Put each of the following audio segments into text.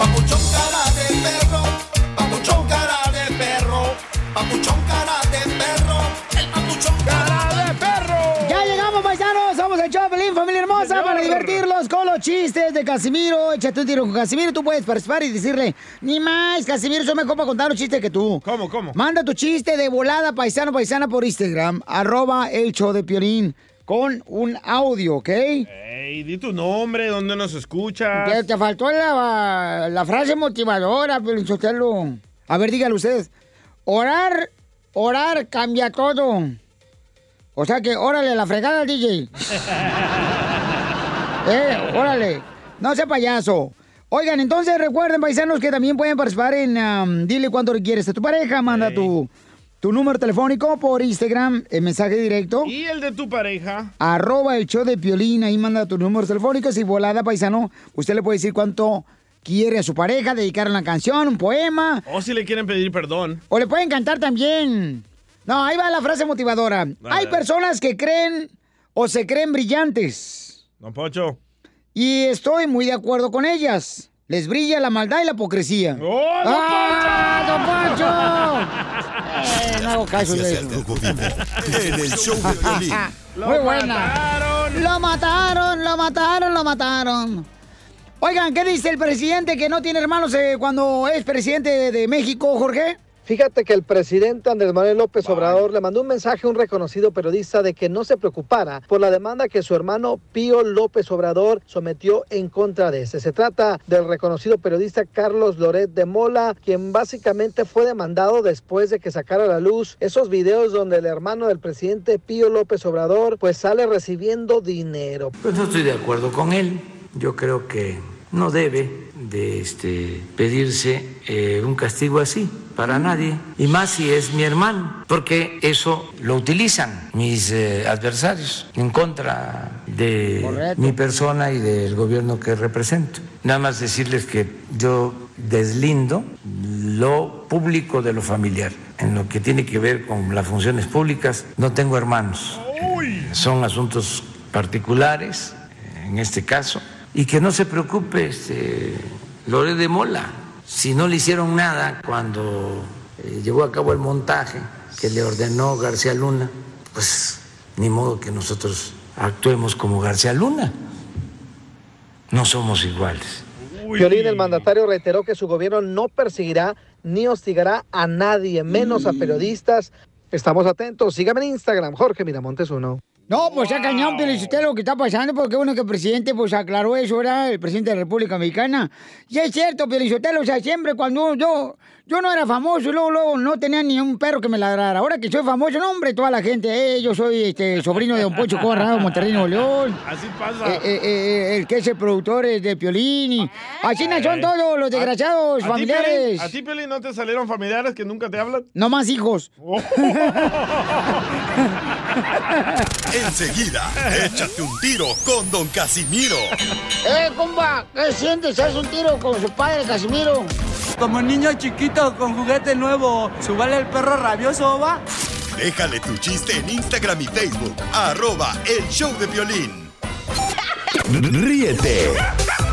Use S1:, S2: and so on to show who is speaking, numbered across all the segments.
S1: Papuchón cara de perro, papuchón cara de perro, papuchón cara de perro, el papuchón cara de perro.
S2: Ya llegamos, paisanos. Somos el Chapelín, familia hermosa, para divertirlos con los chistes de Casimiro. Échate un tiro con Casimiro. Tú puedes participar y decirle, ni más, Casimiro, yo me para contar los chistes que tú. ¿Cómo, cómo? Manda tu chiste de volada, paisano, paisana, por Instagram. Arroba el show de Piolín con un audio, ¿ok?
S3: Ey, di tu nombre, dónde nos escuchas.
S2: Te, te faltó la, la frase motivadora, Piolín Sotelo. A ver, díganlo ustedes. Orar, orar cambia todo. O sea que, órale, la fregada, DJ. Eh, órale. No sea payaso. Oigan, entonces recuerden, paisanos, que también pueden participar en am, Dile cuánto le quieres a tu pareja. Manda tu, tu número telefónico por Instagram, en mensaje directo.
S3: ¿Y el de tu pareja?
S2: Arroba el show de Piolín, ahí manda tus números telefónicos y volada, paisano. Usted le puede decir cuánto quiere a su pareja, dedicarle una canción, un poema.
S3: O si le quieren pedir perdón.
S2: O le pueden cantar también. No, ahí va la frase motivadora. Hay personas que creen o se creen brillantes.
S3: Don Pocho.
S2: Y estoy muy de acuerdo con ellas. Les brilla la maldad y la hipocresía. ¡Ah, don Poncho! Eh, no hago caso de
S1: Gracias
S2: eso.
S1: al algoritmo. En el show de Piolín.
S2: Muy buena. Lo mataron, lo mataron, lo mataron. Oigan, ¿qué dice el presidente que no tiene hermanos eh, cuando es presidente de, de México, Jorge?
S4: Fíjate que el presidente Andrés Manuel López Obrador le mandó un mensaje a un reconocido periodista de que no se preocupara por la demanda que su hermano Pío López Obrador sometió en contra de este. Se trata del reconocido periodista Carlos Loret de Mola, quien básicamente fue demandado después de que sacara a la luz esos videos donde el hermano del presidente Pío López Obrador pues sale recibiendo dinero.
S5: Pues no estoy de acuerdo con él. Yo creo que no debe de este, pedirse eh, un castigo así para nadie, y más si es mi hermano, porque eso lo utilizan mis eh, adversarios en contra de
S6: Correcto.
S5: mi persona y del gobierno que represento. Nada más decirles que yo deslindo lo público de lo familiar. En lo que tiene que ver con las funciones públicas, no tengo hermanos son asuntos particulares, en este caso, y que no se preocupe este, Lore de Mola, si no le hicieron nada cuando eh, llevó a cabo el montaje que le ordenó García Luna, pues ni modo que nosotros actuemos como García Luna, no somos iguales.
S4: Piolín, el mandatario reiteró que su gobierno no perseguirá ni hostigará a nadie, menos
S7: Mm.
S4: a periodistas. Estamos atentos. Sígame en Instagram, Jorge Miramontes uno.
S2: No, pues ya cañón, pero si usted lo que está pasando, porque bueno que el presidente pues aclaró eso, era el presidente de la República Mexicana. Y es cierto, pero o sea, siempre cuando yo, yo no era famoso, y luego, luego no tenía ni un perro que me ladrara. Ahora que soy famoso, no, hombre, toda la gente, eh, yo soy este sobrino de Don Pocho Corrado, Monterrey Nuevo León.
S3: Así
S2: Eh,
S3: pasa.
S2: eh, eh, eh, el que es el productor es de Piolini. Así no son todos los desgraciados
S3: ¿A ti, Pelín?
S2: familiares.
S3: ¿A ti, Pelín, no te salieron familiares que nunca te hablan? Oh,
S2: No más hijos.
S1: Enseguida, échate un tiro con Don Casimiro.
S2: ¡Eh, compa! ¿Qué sientes? ¿Haz un tiro con su padre, Casimiro?
S8: Como niño chiquito con juguete nuevo, subale el perro rabioso, va.
S1: Déjale tu chiste en Instagram y Facebook, arroba el show de violín.
S9: Ríete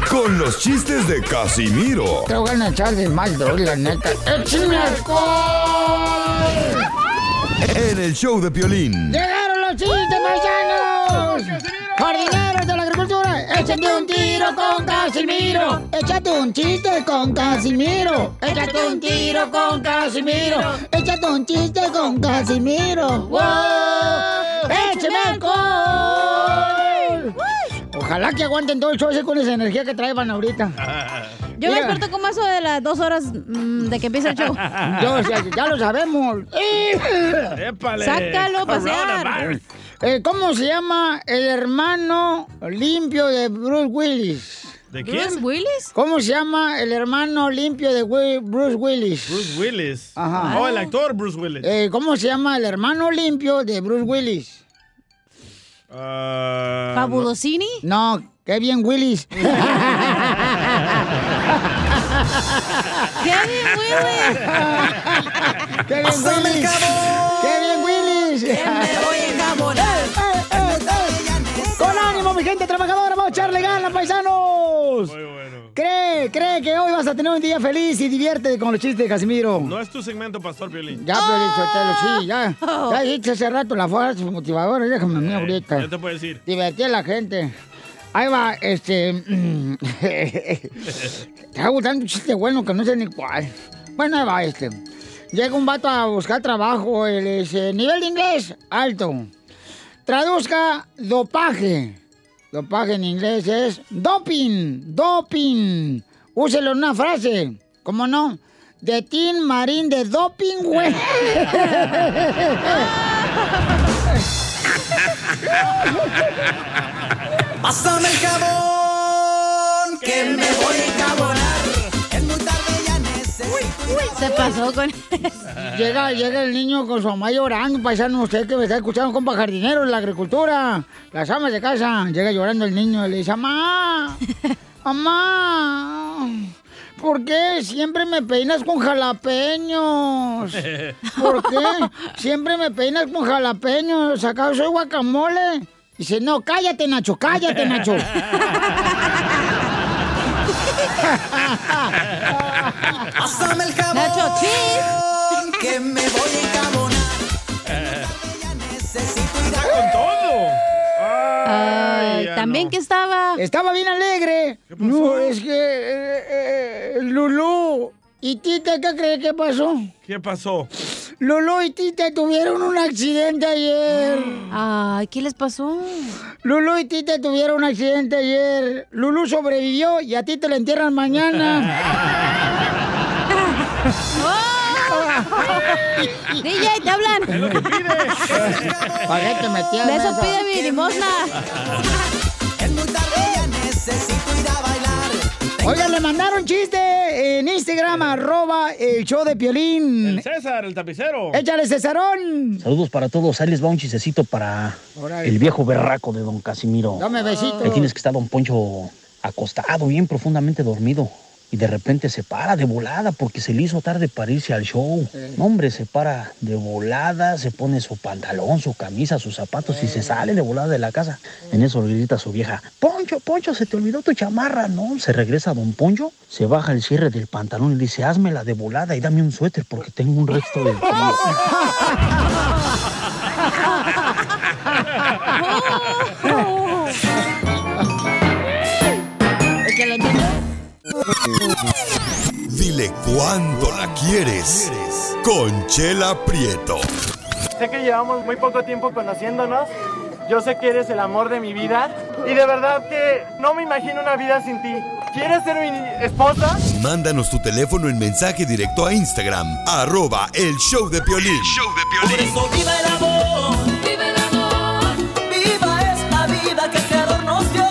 S9: con los chistes de Casimiro
S2: Te voy a echar de mal, bro, la neta. ¡Eh, ¡Échame alcohol!
S9: en el show de Piolín.
S2: ¡Llegaron los chistes, paisanos! ¡Jardineros de la agricultura! Échate un tiro con Casimiro. Échate un chiste con Casimiro. Échate un tiro con Casimiro. Échate un chiste con Casimiro. ¡Wow! ¡Échame alcohol! Ojalá que aguanten todo el show ese con esa energía que traían ahorita.
S10: Yo me
S2: Mira.
S10: despierto como eso de las dos horas mm, de que empieza el show.
S2: Yo, ya, ya lo sabemos.
S10: Épale, Sácalo a pasear. coronavirus.
S2: Eh, ¿Cómo se llama el hermano limpio de Bruce Willis?
S3: ¿De quién? ¿Bruce
S10: Willis?
S2: ¿Cómo se llama el hermano limpio de Wi- Bruce Willis?
S3: Bruce Willis.
S2: Ajá.
S3: Oh, el actor Bruce Willis.
S2: Eh, ¿Cómo se llama el hermano limpio de Bruce Willis?
S3: Ah, no.
S10: ¿Fabulosini?
S2: No, qué bien Willis.
S10: ¡Qué bien, Willis!
S2: ¡Qué bien, Willis! ¡Qué bien, Willis! me voy a enamorar! ¡Con ánimo, mi gente trabajadora! ¡Vamos a echarle ganas, paisanos! Muy bueno. Cree, cree que hoy vas a tener un día feliz y diviértete con los chistes de Casimiro.
S3: No es tu segmento, Pastor Piolín.
S2: Ya, Piolín Sotelo, sí, ya. Ya dijiste hace rato la fuerza motivadora, déjame a mí ahorita.
S3: Ya Eh, te puedo decir.
S2: Divertí a la gente. Ahí va, este... Te hago tanto chiste bueno que no sé ni cuál. Bueno, ahí va este. Llega un vato a buscar trabajo y le dice, nivel de inglés, alto. Traduzca dopaje. Dopaje en inglés es doping, doping. Úselo en una frase. ¿Cómo no? De Tin Marín de Doping, güey.
S11: Pásame el jabón, que me voy a enjabonar.
S10: Se pasó con...
S2: Llega, llega el niño con su mamá llorando, paisano, usted que me está escuchando con jardineros, la agricultura, las amas de casa. Llega llorando el niño y le dice, mamá, mamá, ¿por qué siempre me peinas con jalapeños? ¿Por qué siempre me peinas con jalapeños? ¿Acaso soy guacamole? Dice, no, cállate, Nacho, cállate, Nacho.
S11: Pásame el jabón, que me voy a enjabonar.
S3: con todo!
S10: Ay,
S2: ya
S10: También que estaba...
S2: Estaba bien alegre. No, es que eh, eh, Lulú y Tita, ¿qué crees que pasó?
S3: ¿Qué pasó?
S2: Lulú y Tita tuvieron un accidente ayer.
S10: Ay, ¿qué les pasó?
S2: Lulú y Tita tuvieron un accidente ayer. Lulú sobrevivió y a ti te la entierran mañana.
S10: DJ, te hablan. Es lo que
S2: ¿Para qué te metías
S10: De eso
S2: en
S10: pide mi limosna.
S2: Oigan, le mandaron chiste en Instagram, arroba el show de Piolín.
S3: César, el tapicero.
S2: Échale, Cesarón.
S12: Saludos para todos. Ahí les va un chistecito para
S2: Órale.
S12: el viejo berraco de don Casimiro.
S2: Dame besito.
S12: Ahí tienes que está don Poncho acostado, bien profundamente dormido. Y de repente se para de volada porque se le hizo tarde para irse al show.
S13: Eh.
S12: No, hombre, se para de volada, se pone su pantalón, su camisa, sus zapatos y se sale de volada de la casa. En eso grita su vieja, Poncho, Poncho, se te olvidó tu chamarra, ¿no? Se regresa don Poncho, se baja el cierre del pantalón y le dice, házmela de volada y dame un suéter porque tengo un resto de frío.
S9: Dile cuándo la quieres. Conchela Prieto.
S14: Sé que llevamos muy poco tiempo conociéndonos. Yo sé que eres el amor de mi vida. Y de verdad que no me imagino una vida sin ti. ¿Quieres ser mi esposa?
S9: Mándanos tu teléfono en mensaje directo a Instagram, arroba el show de Piolín.
S11: Por eso viva el amor, viva el amor, viva esta vida que Creador nos dio.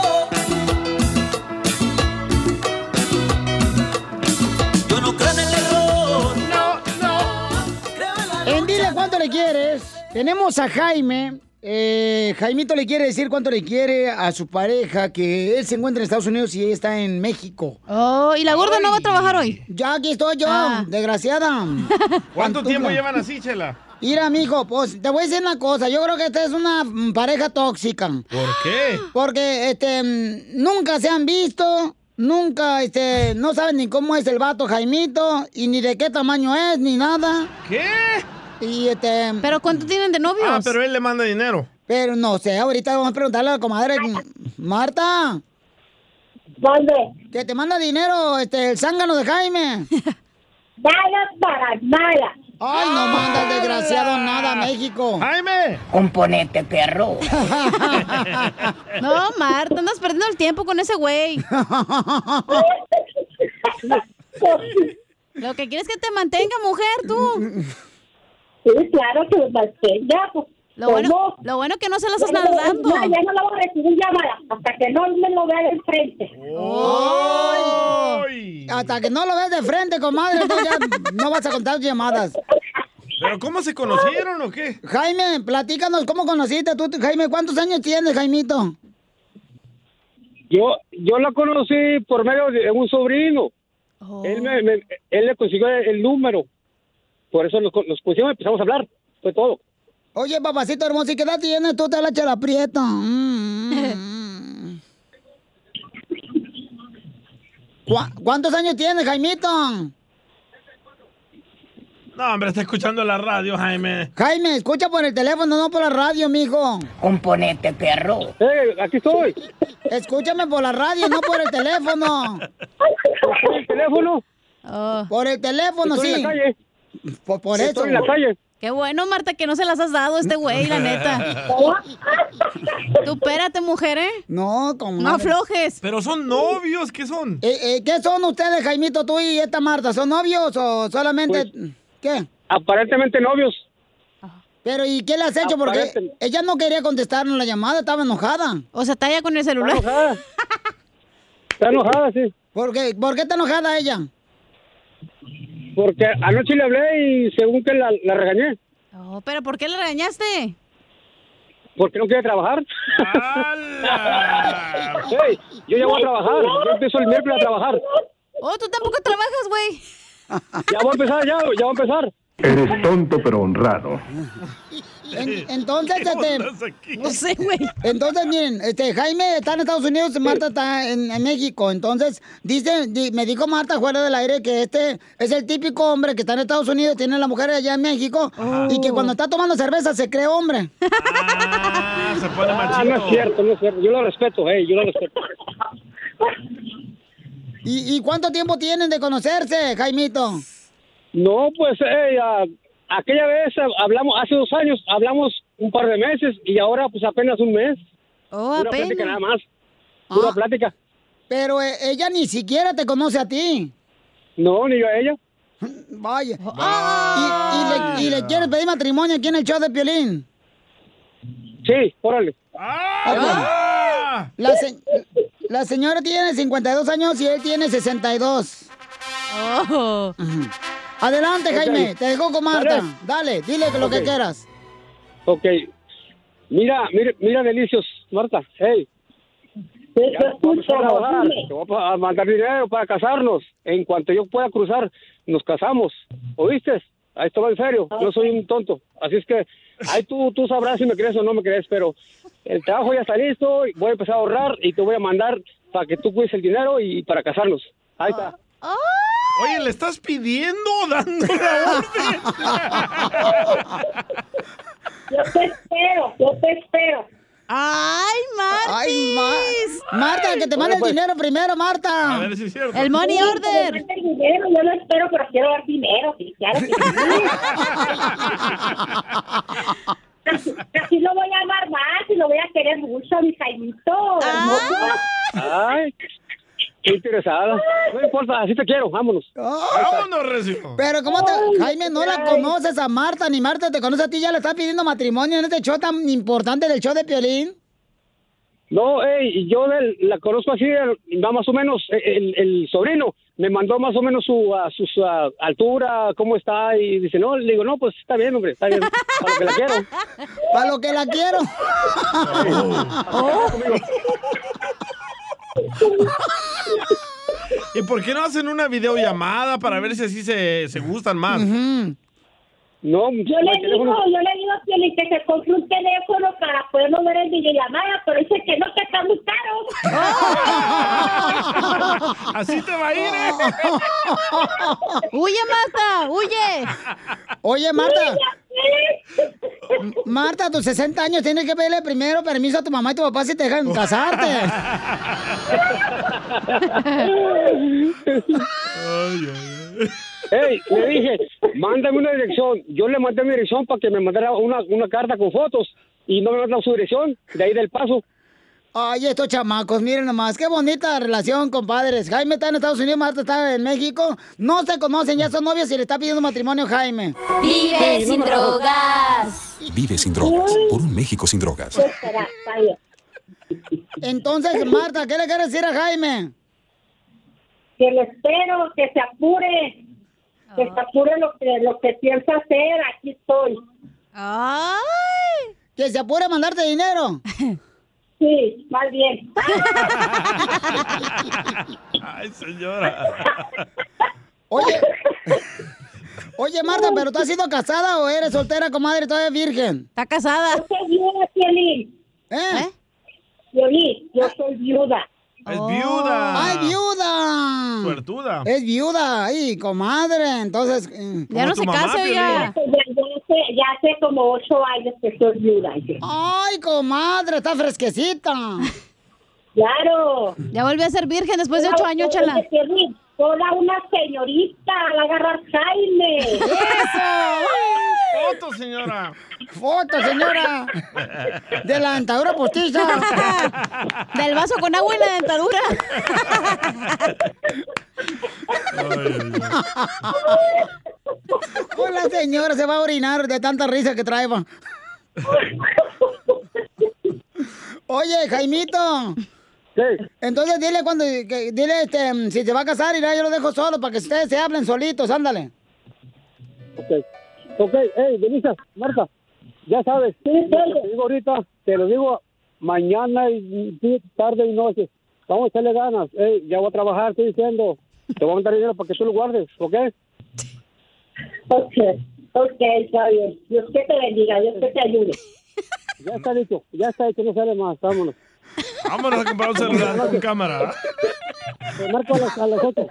S11: Yo no creo en el error, no, no.
S2: En Dile Cuánto Le Quieres, tenemos a Jaime. Eh, Jaimito le quiere decir cuánto le quiere a su pareja, que él se encuentra en Estados Unidos y ella está en México.
S10: Oh, ¿y la gorda no va a trabajar hoy? Ah.
S2: Ya aquí estoy yo, desgraciada.
S3: ¿Cuánto tiempo
S2: Pantufla.
S3: llevan así, Chela?
S2: Mira, mijo, pues te voy a decir una cosa. Yo creo que esta es una mm, pareja tóxica.
S3: ¿Por qué?
S2: Porque este mm, nunca se han visto, nunca este no saben ni cómo es el vato Jaimito y ni de qué tamaño es ni nada.
S3: ¿Qué?
S2: Y este
S10: Pero ¿cuánto tienen de novios?
S3: Ah, pero él le manda dinero.
S2: Pero no sé, ahorita vamos a preguntarle a la comadre mm, Marta.
S13: ¿Dónde?
S2: Que te manda dinero, este, el zángano de Jaime.
S13: Nada para nada.
S2: Ay, no manda el desgraciado nada, México.
S3: Jaime.
S2: Componente, perro.
S10: No, Marta, andas perdiendo el tiempo con ese güey. Lo que quieres es que te mantenga, mujer, tú.
S13: Sí, claro que me mantenga. pues,
S10: Lo bueno,
S13: ¿cómo?
S10: lo bueno que no se las
S13: Ya
S10: estás
S13: no lo-
S10: dando.
S13: No, ya no la voy a recibir llamada hasta que no me lo vea de frente.
S3: Oh,
S2: Ay. Hasta que no lo ves de frente, comadre, tú ya no vas a contar llamadas.
S3: ¿Pero cómo se conocieron o qué?
S2: Jaime, platícanos, ¿cómo conociste tú, tú, Jaime? ¿Cuántos años tienes, Jaimito?
S15: Yo, yo la conocí por medio de un sobrino.
S2: Oh.
S15: Él, me, me- él le consiguió el, el número. Por eso nos, co- nos pusimos y empezamos a hablar. Fue todo.
S2: Oye, papacito hermoso, ¿y qué edad tienes tú, te la chela Mm, prieta? mm. ¿Cuántos años tienes, Jaimito?
S3: No, hombre, está escuchando la radio, Jaime.
S2: Jaime, escucha por el teléfono, no por la radio, mijo. Componente, perro.
S15: Eh, aquí estoy.
S2: Escúchame por la radio, no por el teléfono.
S15: ¿Por el teléfono?
S10: Oh.
S2: Por el teléfono,
S10: Estoy
S2: sí.
S10: en la calle.
S2: Por, por eso.
S10: Qué bueno, Marta, que no se las has dado a este güey, la neta. Tú espérate, mujer, ¿eh?
S2: No, como.
S10: No aflojes.
S3: Pero son novios, ¿qué son?
S2: Eh, eh, ¿Qué son ustedes, Jaimito, tú y esta Marta? ¿Son novios o solamente...?
S15: Pues,
S2: ¿Qué?
S15: Aparentemente novios.
S2: Pero ¿y qué le has hecho? Porque
S15: Aparentemente.
S2: ella no quería contestarnos la llamada, estaba enojada.
S10: O sea, está ella con el celular.
S15: Está enojada. Está enojada, sí.
S2: ¿Por qué, ¿Por qué está enojada ella?
S15: Porque anoche le hablé y según que la, la regañé.
S10: No, oh, pero ¿por qué le regañaste?
S15: Porque no quiere trabajar. Ey, yo ya voy a trabajar. Yo empiezo el miércoles a trabajar.
S10: Oh, tú tampoco trabajas, güey.
S15: Ya voy a empezar, ya, ya voy a empezar.
S3: Ah,
S16: Eres tonto pero honrado.
S2: En- entonces, este...
S10: No sé, güey.
S2: Entonces, miren, este, Jaime está en Estados Unidos y Marta está en, en México. Entonces, dice, di- me dijo Marta fuera del aire que este es el típico hombre que está en Estados Unidos, tiene a la mujer allá en México y que cuando está tomando cerveza se cree hombre.
S3: se pone
S15: Ah, no es cierto, no es cierto. Yo lo respeto, eh, yo lo respeto.
S2: ¿Y, y cuánto tiempo tienen de conocerse, Jaimito?
S15: No, pues eh, ah, aquella vez ah, hablamos, hace dos años, hablamos un par de meses y ahora pues apenas un mes.
S10: Oh,
S15: Una
S2: apenas. Ah.
S15: plática nada más. Pura plática.
S2: Pero eh, ella ni siquiera te conoce a ti.
S15: No, ni yo a ella.
S2: Vaya. Ah, y, y le, y le quieres pedir matrimonio aquí en el show de Piolín.
S15: Sí, órale.
S2: La, se- la señora tiene 52 años y él tiene 62.
S11: Oh.
S2: Ujú. Adelante,
S15: Ok.
S2: Jaime. Te dejo con Marta.
S15: Dale.
S2: Dale, dile que lo
S15: Ok.
S2: que quieras.
S15: Ok. Mira, mira, mira, delicios, Marta. Hey. Ya vamos a trabajar,
S13: dime.
S15: Te voy a mandar dinero para casarnos. En cuanto yo pueda cruzar, nos casamos. ¿Oíste? Ahí estaba en serio. No soy un tonto. Así es que ahí tú, tú sabrás si me crees o no me crees, pero el trabajo ya está listo. Voy a empezar a ahorrar y te voy a mandar para que tú cuides el dinero y para casarnos. Ahí está.
S3: Oye, ¿le estás pidiendo o dando la orden?
S13: Yo te espero, yo te espero.
S10: ¡Ay, Martis!
S2: ¡Ay, Ma- Marta, que te
S13: Bueno,
S2: mande el
S13: pues.
S2: dinero primero, Marta.
S13: A ver si
S3: es cierto.
S10: El money
S13: Sí,
S10: order.
S13: que me mande el dinero, yo lo espero, pero quiero dar dinero, sí, claro que sí. Así lo voy a amar más y lo voy a querer mucho, mi Jaimito. hermoso.
S10: Ah.
S15: Ay, qué interesada. No importa, así te quiero. Vámonos.
S3: Vámonos, Recio.
S2: Pero cómo te...
S3: Ay,
S2: Jaime, no la
S3: ay.
S2: conoces a Marta, ni Marta te conoce a ti, ya le estás pidiendo matrimonio en este show tan importante del show de Piolín.
S15: No, ey, yo del- la conozco así, el- va más o menos, e, el, el sobrino me mandó más o menos su, a, su, su, a, altura, cómo está, y dice, no, le digo, no, pues está bien, hombre, está bien, para lo que la quiero.
S2: Para lo que la quiero.
S10: Oh.
S3: ¿Y por qué no hacen una videollamada para ver si así se, se gustan más?
S15: No,
S13: Yo le digo, yo le digo a Piolín que se compre un teléfono para poder ver el videollamada, pero dice que no, que está muy
S10: Oh.
S13: caro.
S3: Así te va a ir, ¿eh?
S10: ¡Huye, Marta! ¡Huye!
S2: Oye, Marta. Marta, a tus 60 años tienes que pedirle primero permiso a tu mamá y tu papá si te dejan casarte.
S15: Ey, le dije, mándame una dirección. Yo le mandé mi dirección para que me mandara una, una carta con fotos y no me mandó su dirección, de ahí del paso.
S2: Ay, estos chamacos, miren nomás, qué bonita relación, compadres. Jaime está en Estados Unidos, Marta está en México. No se conocen, ya son novios y le está pidiendo matrimonio a Jaime.
S11: Vive Sí, no sin me-
S2: drogas.
S17: Vive sin drogas. Por un México sin drogas.
S2: Pues, Entonces, Marta, ¿qué le quieres decir a Jaime?
S13: Que lo espero, que se apure. Que
S10: Ah.
S13: se apure lo que, lo que piensa hacer. Aquí estoy.
S2: ¡Ay! Que se apure a mandarte dinero.
S13: Sí, más bien.
S3: Ay, señora.
S2: Oye, oye Marta, ¿pero tú has sido casada o eres soltera, comadre, todavía virgen? Está casada. Yo soy viuda, Piolín. ¿Eh? Piolín, yo soy viuda.
S3: Es viuda.
S2: ¡Ay, viuda!
S3: Suertuda.
S2: Es viuda, ay, comadre, entonces... mm.
S3: Como no tu se mamá, casa,
S13: ya. hace, ya hace como ocho años que soy viuda.
S2: ¡Ay, comadre, está fresquecita!
S13: Claro.
S10: Ya volví a ser virgen después de ocho años, chala.
S13: Oye, Piolín, Toda una señorita al agarrar Jaime.
S3: ¡Eso! ¡Foto, señora!
S2: ¡Foto, señora! De la dentadura postiza. Del vaso con agua y la dentadura. Hola, señora, se va a orinar de tanta risa que trae. va. Oye, Jaimito. Entonces dile cuando que- dile este, si te va a casar, irá, yo lo dejo solo para que ustedes se hablen solitos, ándale.
S15: Ok, ok, hey, Denisa, Marta, ya sabes, te digo ahorita, te lo digo mañana, y, y tarde y noche, vamos a echarle ganas, hey, ya voy a trabajar, estoy diciendo, te voy a mandar dinero para que tú lo guardes, ¿ok?
S13: Ok, ok, está bien. Dios que te bendiga, Dios que te ayude.
S15: Ya está dicho, ya está dicho, no sale más, vámonos.
S3: Vámonos a comprar un celular con cámara.
S15: Te marco a las, a las ocho.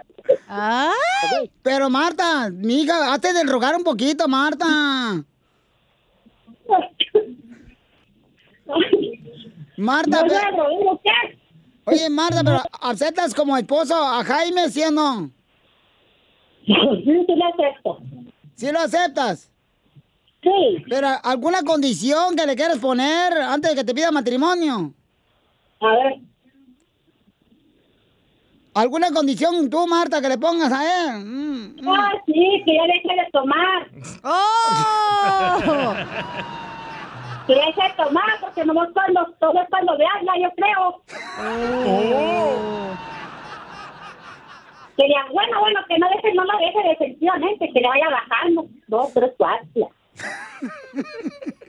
S2: ¡Ay! Pero Marta, mija, hazte del rogar un poquito, Marta. Marta,
S11: No,
S2: pe-
S11: no,
S2: Oye, Marta, pero ¿aceptas como esposo a Jaime, sí o no? Sí, lo acepto. ¿Sí lo aceptas? Sí. Pero ¿alguna condición que le quieres poner antes de que te pida matrimonio? A ver. ¿Alguna condición tú, Marta, que le pongas a él? Ah, sí, que ya deje de tomar. ¡Oh!
S13: Que deje de tomar, porque nomás cuando, todo es cuando le habla, yo creo. Que le, bueno, bueno, que no deje, no la deje definitivamente, que le vaya bajando. No, pero es cuatro.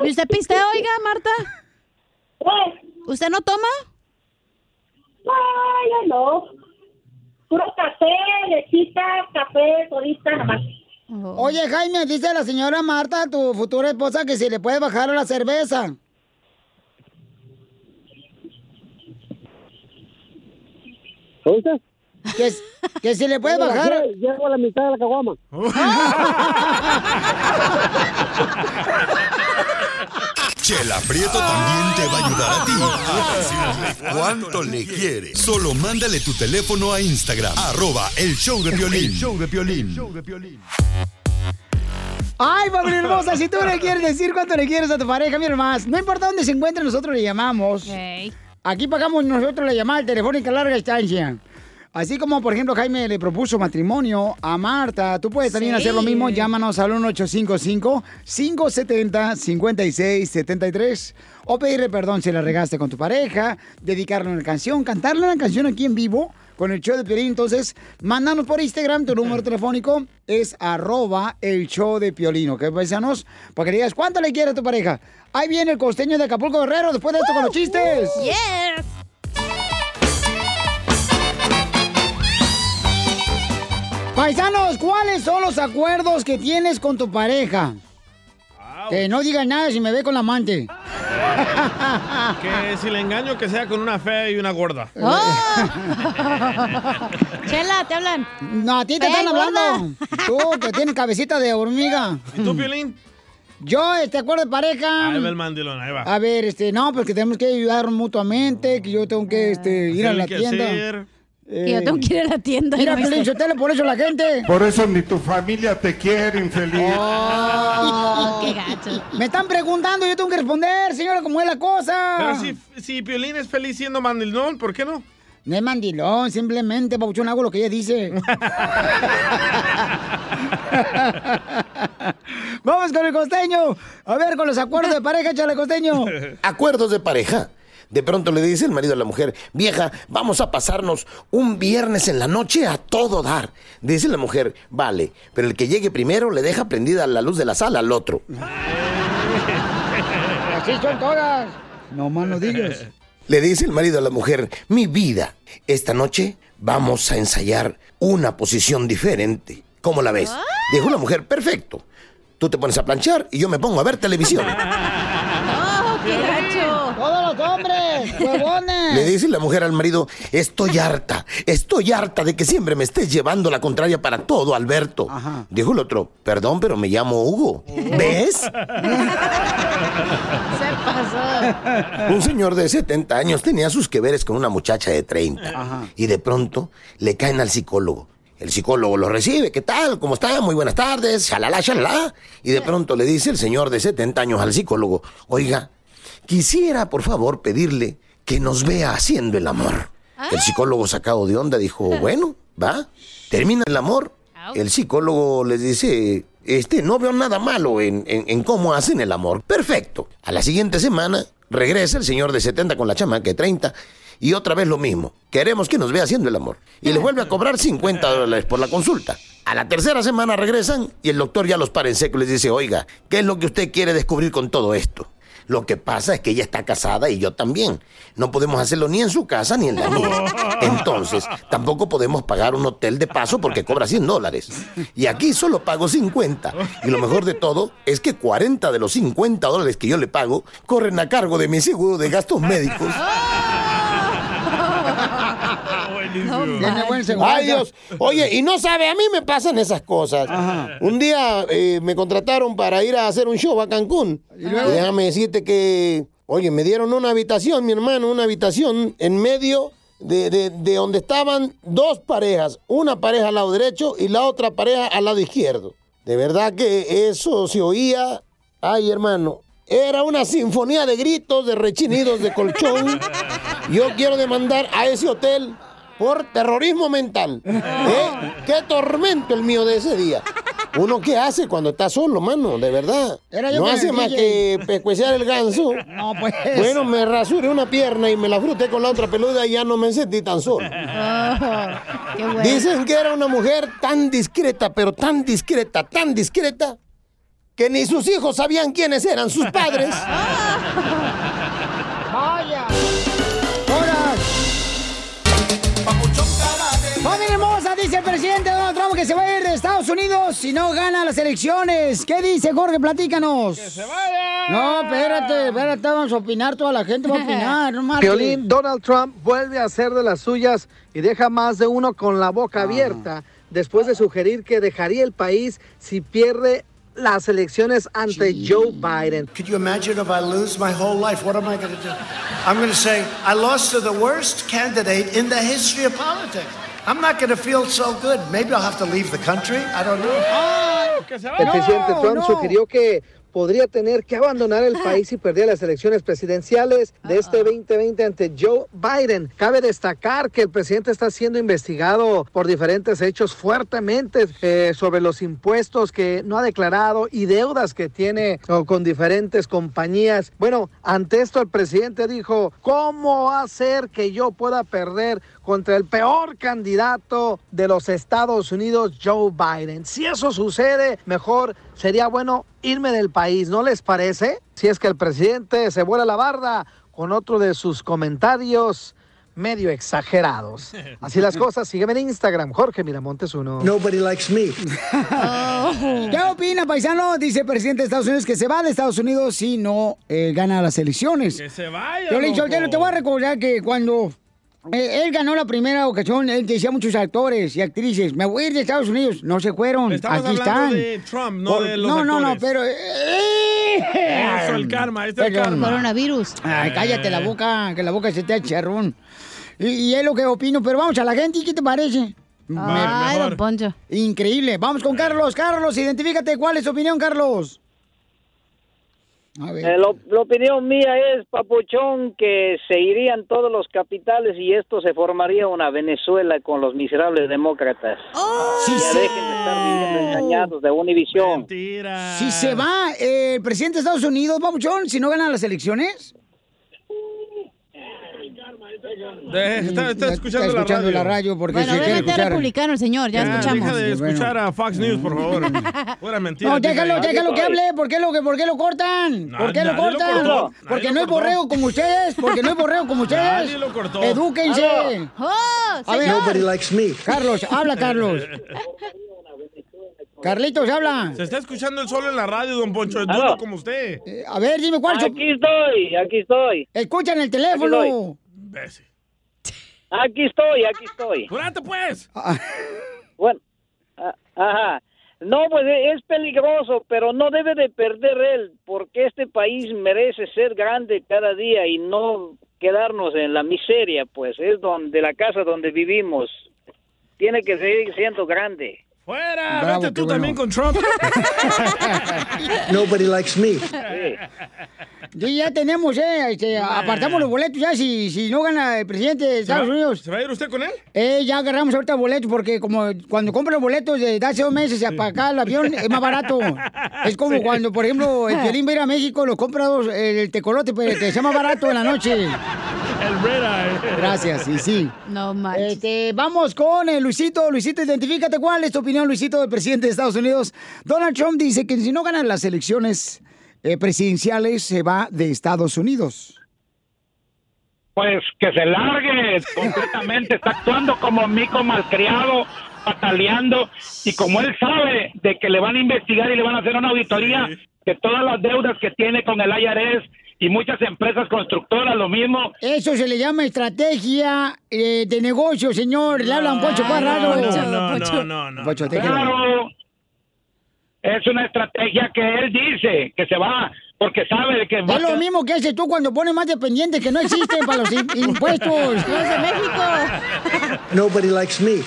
S10: ¿Y usted pistea, oiga, Marta?
S13: Pues.
S10: ¿Usted no toma?
S13: No, yo no. Puro café, lechita, café, todita, nada más.
S2: Oye, Jaime, dice la señora Marta, tu futura esposa, que si le puedes bajar a la cerveza.
S15: ¿Oíste?
S2: Que, que si le puedes bajar.
S15: Llego a la mitad de la caguama.
S10: Oh,
S9: Chela Prieto también te va a ayudar a ti a decirle cuánto le quiere. Solo mándale tu teléfono a Instagram, arroba el show de violín. show de violín.
S2: Ay, familia hermosa, si tú le quieres decir cuánto le quieres a tu pareja, mira más, no importa dónde se encuentre, nosotros le llamamos. Aquí pagamos nosotros la llamada al telefónica a larga distancia. Así como, por ejemplo, Jaime le propuso matrimonio a Marta, tú puedes también
S1: Sí.
S2: hacer lo mismo. Llámanos al 1855-570-5673 o pedirle perdón si la regaste con tu pareja, dedicarle una canción, cantarle una canción aquí en vivo con el show de Piolín. Entonces, mándanos por Instagram, tu número telefónico es arroba el show de Piolín, ¿ok, paisanos? Para que le digas cuánto le quiere a tu pareja. Ahí viene el costeño de Acapulco Guerrero después de esto con los chistes.
S10: Yes.
S2: Paisanos, ¿cuáles son los acuerdos que tienes con tu pareja? Que no digas nada si me ve con la amante.
S13: Ah.
S3: Que si le engaño, que sea con una fea y una gorda.
S10: Oh.
S13: Ah.
S2: Chela, te hablan. No, a ti te
S3: Fea y
S2: están hablando. Tú, que tienes cabecita de hormiga.
S3: ¿Y tú, Piolín?
S2: Yo, este acuerdo de pareja.
S3: Ahí va el mandilón, ahí va.
S2: A ver, este, no, porque tenemos que ayudar mutuamente, que yo tengo que este, ir a
S3: Tienen
S2: la
S3: Ah, que
S2: tienda.
S3: hacer.
S2: Eh,
S10: Que yo tengo que ir a la tienda.
S2: Mira,
S10: y no me
S2: Pelín,
S10: sé.
S2: yo te lo- por eso la gente.
S16: Por eso ni tu familia te quiere, infeliz.
S9: Oh.
S2: Ah,
S10: Oh, Qué gacho.
S2: Me están preguntando, yo tengo que responder, señora, cómo es la cosa.
S3: Pero si, si Piolín es feliz siendo mandilón, ¿por qué no?
S2: No es mandilón, simplemente, Pabuchón, hago lo que ella dice. Vamos con el costeño. A ver, con los acuerdos de pareja, chale costeño.
S1: Acuerdos de pareja. De pronto le dice el marido a la mujer, vieja, vamos a pasarnos un viernes en la noche a todo dar. Dice la mujer, vale, pero el que llegue primero le deja prendida la luz de la sala al otro.
S2: Así son todas. No más no digas.
S1: Le dice el marido a la mujer, mi vida, esta noche vamos a ensayar una posición diferente. ¿Cómo la ves? Dijo la mujer, perfecto. Tú te pones a planchar y yo me pongo a ver televisión.
S2: ¡Oh, qué gacho! Todos los hombres, huevones.
S1: Le dice la mujer al marido, estoy harta, estoy harta de que siempre me estés llevando la contraria para todo, Alberto. Dijo el otro, perdón, pero me llamo Hugo.
S2: Oh.
S1: ¿Ves?
S10: Se pasó.
S1: Un señor de 70 años tenía sus que veres con una muchacha de 30. Y de pronto le caen al psicólogo. El psicólogo lo recibe, ¿qué tal? ¿Cómo está? Muy buenas tardes, shalala, shalala. Y de pronto le dice el señor de 70 años al psicólogo, oiga, quisiera por favor pedirle que nos vea haciendo el amor. El psicólogo sacado de onda dijo, bueno, va, termina el amor. El psicólogo les dice, este, no veo nada malo en, en- en cómo hacen el amor. Perfecto. A la siguiente semana regresa el señor de 70 con la chamaca de 30 y otra vez lo mismo. Queremos que nos vea haciendo el amor. Y les vuelve a cobrar 50 dólares por la consulta. A la tercera semana regresan y el doctor ya los para en seco y les dice, oiga, ¿qué es lo que usted quiere descubrir con todo esto? Lo que pasa es que ella está casada y yo también. No podemos hacerlo ni en su casa ni en la mía. Entonces, tampoco podemos pagar un hotel de paso porque cobra 100 dólares. Y aquí solo pago 50. Y lo mejor de todo es que 40 de los 50 dólares que yo le pago corren a cargo de mi seguro de gastos médicos.
S2: Tiene buen seguro.
S1: Ay, Dios. Oye, y no sabe, a mí me pasan esas cosas. Un día eh, me contrataron para ir a hacer un show a Cancún. Y déjame decirte que, oye, me dieron una habitación, mi hermano, una habitación en medio de, de- de donde estaban dos parejas. Una pareja al lado derecho y la otra pareja al lado izquierdo. De verdad que eso se oía. Ay, hermano. Era una sinfonía de gritos, de rechinidos, de colchón. Yo quiero demandar a ese hotel por terrorismo mental. ¿Eh? ¡Qué tormento el mío de ese día! Uno qué hace cuando está solo, mano, de verdad.
S2: Era yo
S1: no
S2: con el
S1: hace más
S2: DJ.
S1: que pescuecear el ganso.
S2: No, pues.
S1: Bueno, me rasuré una pierna y me la fruté con la otra peluda y ya no me sentí tan solo.
S2: Oh,
S10: Qué bueno.
S1: Dicen que era una mujer tan discreta, pero tan discreta, tan discreta, que ni sus hijos sabían quiénes eran sus padres.
S2: ¡Vaya! ¡Horas! ¡Familia hermosa! Dice el presidente Donald Trump que se va a ir de Estados Unidos si no gana las elecciones. ¿Qué dice Jorge? Platícanos. ¡Que se vaya! No, espérate, espérate, vamos a opinar, toda la gente va a opinar, no marches.
S4: Piolín, Donald Trump vuelve a hacer de las suyas y deja más de uno con la
S7: Ah.
S4: boca abierta después de sugerir que dejaría el país si pierde las elecciones ante Joe Biden.
S7: Could you imagine if I lose my whole life? What am I going to do? I'm going to say, I lost to the worst candidate in the history of politics. I'm not going to feel so good. Maybe I'll have to leave the country. I don't know.
S4: El presidente Trump
S3: Oh,
S4: sugirió que podría tener que abandonar el país si perdía las elecciones presidenciales de este 2020 ante Joe Biden. Cabe destacar que el presidente está siendo investigado por diferentes hechos fuertemente eh, sobre los impuestos que no ha declarado y deudas que tiene o, con diferentes compañías. Bueno, ante esto el presidente dijo, ¿cómo hacer que yo pueda perder contra el peor candidato de los Estados Unidos, Joe Biden? Si eso sucede, mejor sería bueno irme del país, ¿no les parece? Si es que el presidente se vuela la barda con otro de sus comentarios medio exagerados. Así las cosas, sígueme en Instagram, Jorge Miramontes uno.
S7: Nobody likes me.
S3: Ah,
S2: ¿Qué opina, paisano? Dice el presidente de Estados Unidos que se va de Estados Unidos si no eh, gana las elecciones.
S3: Que se vaya.
S2: Yo le
S3: loco.
S2: te voy a recordar que cuando eh, él ganó la primera ocasión, él decía a muchos actores y actrices, me voy a ir de Estados Unidos. No se fueron,
S3: Estamos
S2: aquí
S3: hablando
S2: están.
S3: de Trump, no
S2: Por-
S3: de los
S2: no, no, no,
S3: actores.
S2: pero eh,
S3: Eso, el karma, este es el karma. Eh.
S2: Coronavirus. Ay, cállate la boca, que la boca se te hace charrón. Y, y es lo que opino, pero vamos a la gente, ¿y qué te parece?
S10: Ay, mejor. don
S2: Poncho. Increíble. Vamos con Carlos. Carlos, identifícate. ¿Cuál es tu opinión, Carlos? A ver.
S18: Eh, lo- la opinión mía es, Papuchón, que se irían todos los capitales y esto se formaría una Venezuela con los miserables demócratas. ya dejen de estar viviendo engañados de Univisión.
S2: Si se va eh, el presidente de Estados Unidos, Pabuchón, si no gana las elecciones.
S3: De- está, está
S2: Está
S3: escuchando,
S2: escuchando
S3: la radio.
S2: la radio porque
S10: Bueno,
S2: se quiere
S10: obviamente
S2: escuchar.
S10: republicano el señor, ya, escuchamos.
S3: Deja de escuchar a Fox News, por favor. Fuera mentira.
S2: No, déjalo,
S3: DJ.
S2: déjalo que hable. ¿Por qué lo, por qué lo cortan?
S3: Na-
S2: ¿Por qué lo
S3: nadie lo
S2: cortan?
S3: cortó,
S2: porque
S3: nadie
S2: no
S3: lo
S2: es borrego como ustedes. Porque no es borrego como ustedes.
S3: Nadie lo cortó.
S2: Edúquense. A ver,
S7: Nobody likes me.
S2: Carlos, habla, Carlos. Carlitos, habla.
S3: Se está escuchando el solo en la radio, don Poncho. Es duro como usted.
S2: Eh, A ver, dime cuál.
S18: Aquí estoy, aquí estoy.
S2: Escucha en el teléfono.
S18: Aquí estoy, aquí estoy.
S3: ¡Durante, pues!
S2: Ah.
S18: Bueno, a- ajá. No, pues e- es peligroso, pero no debe de perder él, porque este país merece ser grande cada día y no quedarnos en la miseria, pues es donde la casa donde vivimos tiene que seguir siendo grande.
S3: ¡Fuera!
S7: Bravo,
S3: ¡Vete
S7: qué
S3: tú
S7: bueno.
S3: también con Trump!
S7: Nobody likes me.
S2: Ya- Ya tenemos, eh, este, apartamos los boletos ya si, si no gana el presidente de Estados
S3: va-
S2: Unidos.
S3: ¿Se va a ir usted con él?
S2: Eh, ya agarramos ahorita boletos porque como cuando compro los boletos de hace dos meses para acá el avión es más barato. Es como
S11: Sí.
S2: cuando, por ejemplo, el violín va a ir a México, lo compra dos, eh, el tecolote, pero que sea más barato en la noche.
S3: El Red Eye.
S2: Gracias, y sí.
S10: No manches.
S2: Este, vamos con eh, Luisito. Luisito, identifícate cuál es tu opinión, Luisito, del presidente de Estados Unidos. Donald Trump dice que si no ganan las elecciones eh, presidenciales, se va de Estados Unidos.
S19: Pues que se largue completamente, está actuando como mico malcriado, pataleando, y como él sabe de que le van a investigar y le van a hacer una auditoría de todas las deudas que tiene con el IRS y muchas empresas constructoras, lo mismo,
S2: Eso se le llama estrategia eh, de negocio, señor. Le hablan Poncho Parrado.
S19: no, no, no, no.
S2: Poncho, te
S19: Claro. Es una estrategia que él dice que se va porque sabe de que va
S2: Es lo
S19: a-
S2: mismo que haces tú cuando pones más dependientes que no existen para los im- impuestos.
S7: Nobody likes me.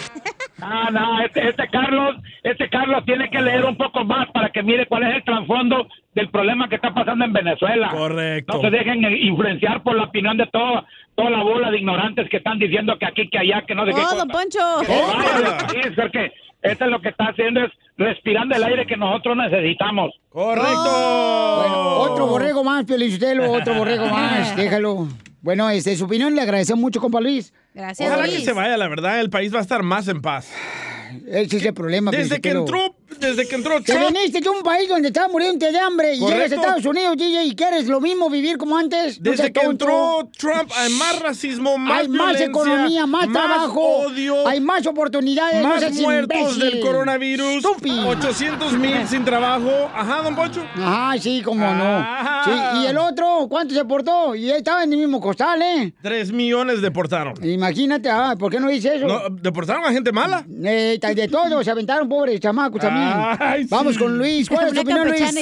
S19: Ah, no, este, este Carlos, este Carlos tiene que leer un poco más para que mire cuál es el trasfondo del problema que está pasando en Venezuela.
S3: Correcto.
S19: No se dejen eh, influenciar por la opinión de toda toda la bola de ignorantes que están diciendo que aquí, que allá, que no sé qué.
S10: ¡Oh,
S19: cosa.
S10: don Poncho! Oh.
S19: Que se vayan del país, porque esto es lo que está haciendo es respirando el aire que nosotros necesitamos.
S2: Otro borrego más, Piolichotelo, otro borrego más. Déjalo. Bueno, este, su opinión le agradecemos mucho, compa Luis.
S10: Gracias,
S3: Ojalá que
S10: Luis.
S3: se vaya, la verdad. El país va a estar más en paz.
S2: Ese es el problema,
S3: Desde que
S2: Piolichotelo.
S3: entró, desde que entró
S2: Te
S3: Trump,
S2: viniste de un país donde estabas muriendo de hambre y llegas a
S3: Correcto.
S2: Estados Unidos, DJ, y quieres lo mismo vivir como antes. No
S3: desde
S2: seas
S3: que
S2: tonto.
S3: entró Trump, hay más racismo, más
S2: hay más
S3: violencia,
S2: economía, más, trabajo,
S3: odio,
S2: hay más oportunidades, no
S3: más
S2: seas
S3: muertos
S2: imbécil.
S3: del coronavirus, 800 mil sin trabajo. Ajá, don Poncho.
S2: Ajá, sí, cómo
S3: Ah.
S2: no. Sí, y el otro, ¿cuánto se portó? Y él estaba en el mismo costal, ¿eh?
S3: 3 millones deportaron.
S2: Imagínate, ah, ¿por qué no dice eso?
S3: No, ¿Deportaron a gente mala?
S2: Eh, tal de todo, se aventaron pobres chamacos también.
S3: Ay, sí.
S2: Vamos con Luis, ¿cuál es
S10: Una
S2: tu opinión, Luis?
S10: campechana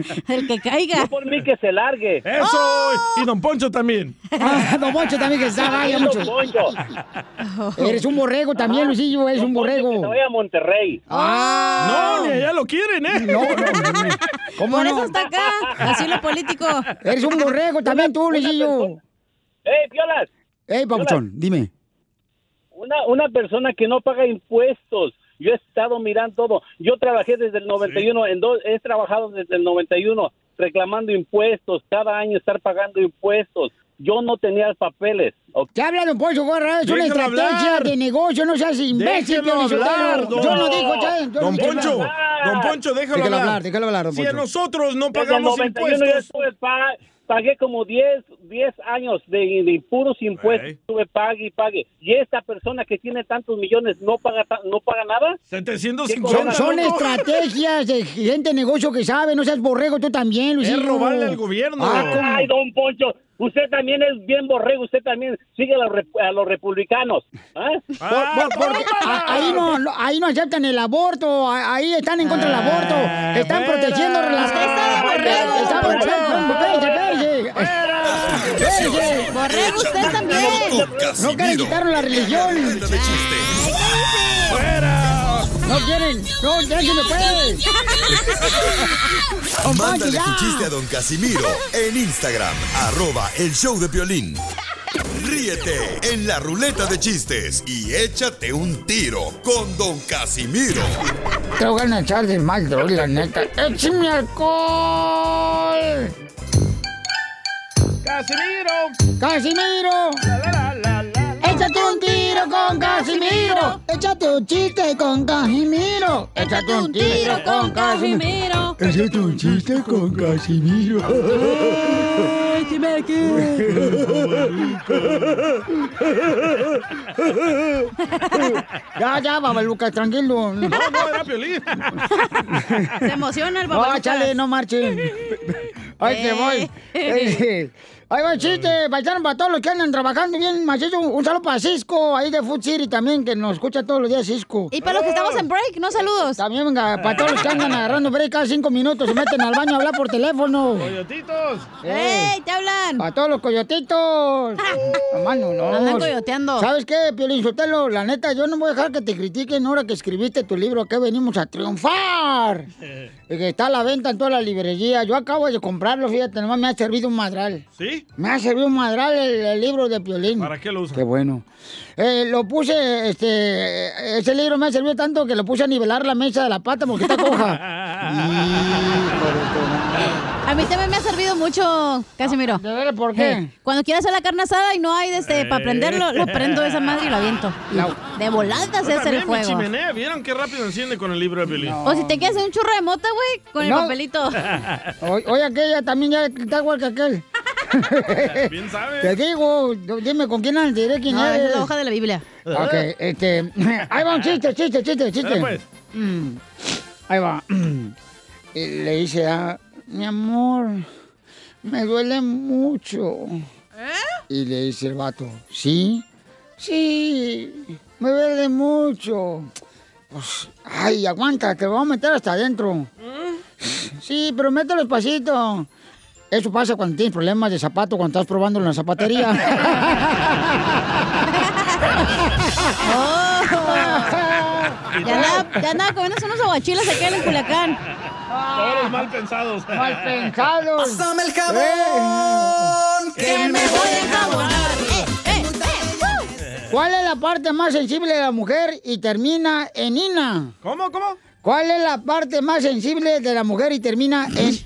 S10: hicieron.
S2: El que caiga.
S18: por mí que se largue.
S3: Eso,
S10: ¡Oh!
S3: y don Poncho también.
S2: Ah, don Poncho también que está, vaya mucho. Eres un borrego también, Luisillo, eres un borrego.
S18: Voy a Monterrey.
S2: Ah.
S3: No, ni allá lo quieren, ¿eh?
S2: No, no, no. ¿Cómo
S10: Por
S2: no?
S10: eso está acá, asilo político.
S2: Eres un borrego también tú, Luisillo.
S18: ¡Ey, piolas!
S2: Ey, papuchón, dime.
S18: Una, una persona que no paga impuestos. Yo he estado mirando todo. Yo trabajé desde el 91, en dos, he trabajado desde el 91 reclamando impuestos, cada año estar pagando impuestos. Yo no tenía papeles. ¿ok?
S2: Te habla Don Poncho Gorra, es una
S18: Déjalo
S2: estrategia
S18: hablar.
S2: de negocio, no seas imbécil,
S3: Déjelo hablar,
S2: Pionisotelo.
S3: don-
S2: Yo no digo, ya, yo
S3: Don
S2: no-
S3: Poncho, don Poncho, déjalo,
S2: Déjalo
S3: hablar.
S2: hablar, déjalo hablar, don
S3: Si a
S2: Poncho.
S3: nosotros no
S18: Desde el
S3: pagamos
S18: 91 yo
S3: impuestos,
S18: estuve pa- pagué como 10, 10 años de, de puros impuestos. Estuve pague y pague. Y esta persona que tiene tantos millones no paga ta- no paga nada.
S3: 750.
S2: Son, son
S3: loco.
S2: estrategias de gente de negocio que sabe, no seas borrego tú también, Luisillo.
S3: robarle al gobierno.
S2: Ah, ¿cómo?
S18: Ay, don Poncho, Usted también es bien borrego, usted también sigue a los, rep- a los republicanos. ¿ah?
S2: Por- por- ah, porque a- ahí, no, no- ahí no aceptan el aborto, a- ahí están en contra del aborto, están protegiendo a las... Están protegiendo- espérate, espérate. Espérate.
S11: Borrego, usted Échate un tiro también. con
S2: No quieren
S11: Casimiro.
S2: quitar la religión.
S11: ¡Fuera!
S2: No quieren, no, déjenme pues.
S9: Mándale tu chiste a don Casimiro en Instagram, arroba el show de Piolín. Ríete en la ruleta de chistes y échate un tiro con don Casimiro.
S2: Tengo ganas de echar de mal, de hoy, la neta. ¡Écheme alcohol!
S3: ¡Casimiro!
S2: ¡Casimiro! ¡Échate un tiro con Casimiro! ¡Échate un chiste con Casimiro! ¡Échate un tiro con Casimiro!
S11: Échate un chiste con Casimiro.
S2: Ya, ya, Babalucas, tranquilo. No,
S3: no, era Piolín.
S10: Se emociona el
S2: No,
S10: babalucas.
S2: chale, no marchen. Ahí te
S10: Eh.
S2: voy. Eh, Ahí va el chiste, paisano, para todos los que andan trabajando bien, macizo. Un saludo para Cisco, ahí de Food City también, que nos escucha todos los días Cisco. Y
S10: para los que estamos en
S2: break, no saludos. También venga, para todos los que andan agarrando break cada cinco minutos, se meten al baño a hablar por teléfono.
S3: ¡Coyotitos!
S2: ¡Ey, te hablan! ¡A todos los coyotitos! Mano, no.
S10: Andan coyoteando.
S2: ¿Sabes qué, Piolín Sotelo? La neta, yo no voy a dejar que te critiquen ahora que escribiste tu libro, que venimos a triunfar. Y que está a la venta en toda la librería. Yo acabo de comprarlo, fíjate, nomás me ha servido un madral.
S3: ¿Sí?
S2: Me ha servido un madral el, el libro de Piolín.
S3: ¿Para qué lo usa?
S2: Qué bueno. Eh, lo puse, este, ese libro me ha servido tanto que lo puse a nivelar la mesa de la pata porque está coja.
S10: A mí también me ha servido mucho, Casimiro. ¿De
S2: ver por
S10: qué? Cuando quiero hacer la carne asada y no hay este,
S3: Eh.
S10: para prenderlo, lo prendo esa madre y lo aviento. De voladas
S3: Yo
S10: es
S3: también,
S10: el
S3: mi
S10: fuego.
S3: chimenea, ¿vieron qué rápido enciende con el libro de Piolín?
S10: O si te quieres hacer un churro de mota, güey, con el
S3: No.
S10: papelito.
S2: Oye, oye, aquella también ya está igual que aquel.
S3: Bien sabe.
S2: Te digo, dime con quién andas, diré quién
S10: No, esa
S2: eres.
S10: es la hoja de la Biblia.
S2: Ok, este. Ahí va un chiste, chiste, chiste, chiste.
S10: Dale, pues.
S2: Mm, Ahí va. Y le dice a. Mi amor, me duele mucho. Y le dice el vato, ¿sí? Sí, me duele mucho. Pues, ay, aguanta, te voy a meter hasta adentro.
S3: ¿Mm?
S2: Sí, pero mételo despacito. Eso pasa cuando tienes problemas de zapato, cuando estás probando en la
S11: Oh.
S2: zapatería.
S10: Ya andaba, ya andaba comiéndose unos aguachiles aquí en Culiacán.
S3: Todos mal pensados.
S10: Mal
S2: pensados.
S11: Pásame el
S2: Eh, jabón,
S11: que me voy a Eh, enjabonar. eh.
S2: ¿Cuál es la parte más sensible de la mujer y termina en ina?
S3: ¿Cómo, cómo?
S2: ¿Cuál es la parte más sensible de la mujer y termina en...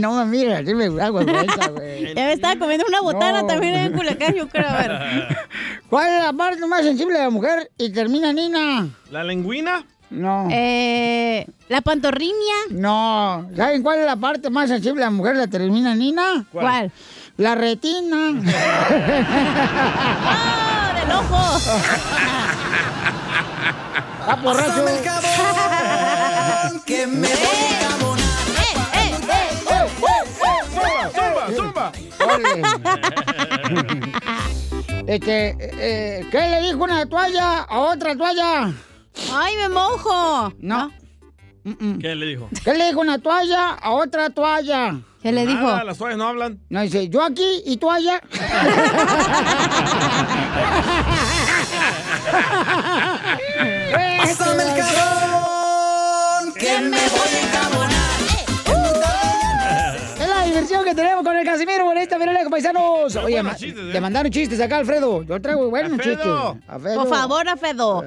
S2: no, mira, sí me da vergüenza, güey.
S10: Ya me estaba comiendo una botana
S2: No.
S10: también en Culiacán, yo creo. A ver.
S2: ¿Cuál es la parte más sensible de la mujer y termina en ina?
S3: ¿La lengüina?
S2: No.
S10: Eh, ¿La pantorriña?
S2: No. ¿Saben cuál es la parte más sensible de la mujer y la termina en ina?
S10: ¿Cuál? ¿Cuál?
S2: La retina.
S10: ¡Ah, del ojo!
S2: ¡Ah, borracho!
S11: Pásame el jabón, que me voy a Eh, enjabonar. eh,
S3: ¡Zumba, zumba,
S2: zumba! Este, eh, ¿qué le dijo una toalla a otra toalla?
S10: ¡Ay, me mojo!
S2: No.
S11: Mm,
S3: ¿Qué le dijo?
S2: ¿Qué le dijo una toalla a otra toalla? ¿Qué le
S3: Nada, las toallas no hablan.
S2: No, dice, yo aquí y tú allá.
S11: Pásame el jabón, que me voy a
S2: ¡Eh!
S11: ¡Uh!
S2: Es la diversión que tenemos con el Casimiro, con esta Miralejo, paisanos. Oye, ma- te mandaron chistes acá, Alfredo. Yo traigo buenos chistes. Alfredo. Eh,
S10: Por favor, Afedo.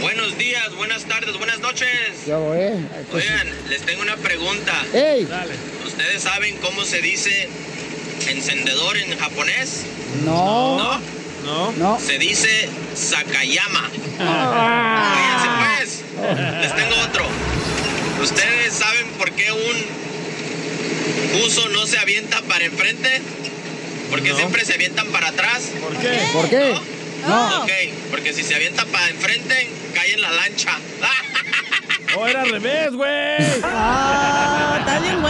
S20: Buenos días, buenas tardes, buenas noches.
S2: Yo, eh.
S20: Oigan, les tengo una pregunta.
S2: Ey.
S20: ¿Ustedes saben cómo se dice encendedor en japonés?
S2: No.
S20: ¿No?
S3: No.
S20: Se dice Sakayama.
S2: Ah.
S20: Fíjense pues. Les tengo otro. ¿Ustedes saben por qué un buzo no se avienta para enfrente? Porque siempre se avientan para atrás.
S3: ¿Por qué?
S2: ¿Por qué? No.
S20: Ok, porque si se avienta para enfrente, cae en la lancha.
S3: ¡O era al revés, güey!
S10: ¡Ah! ¡Está bien,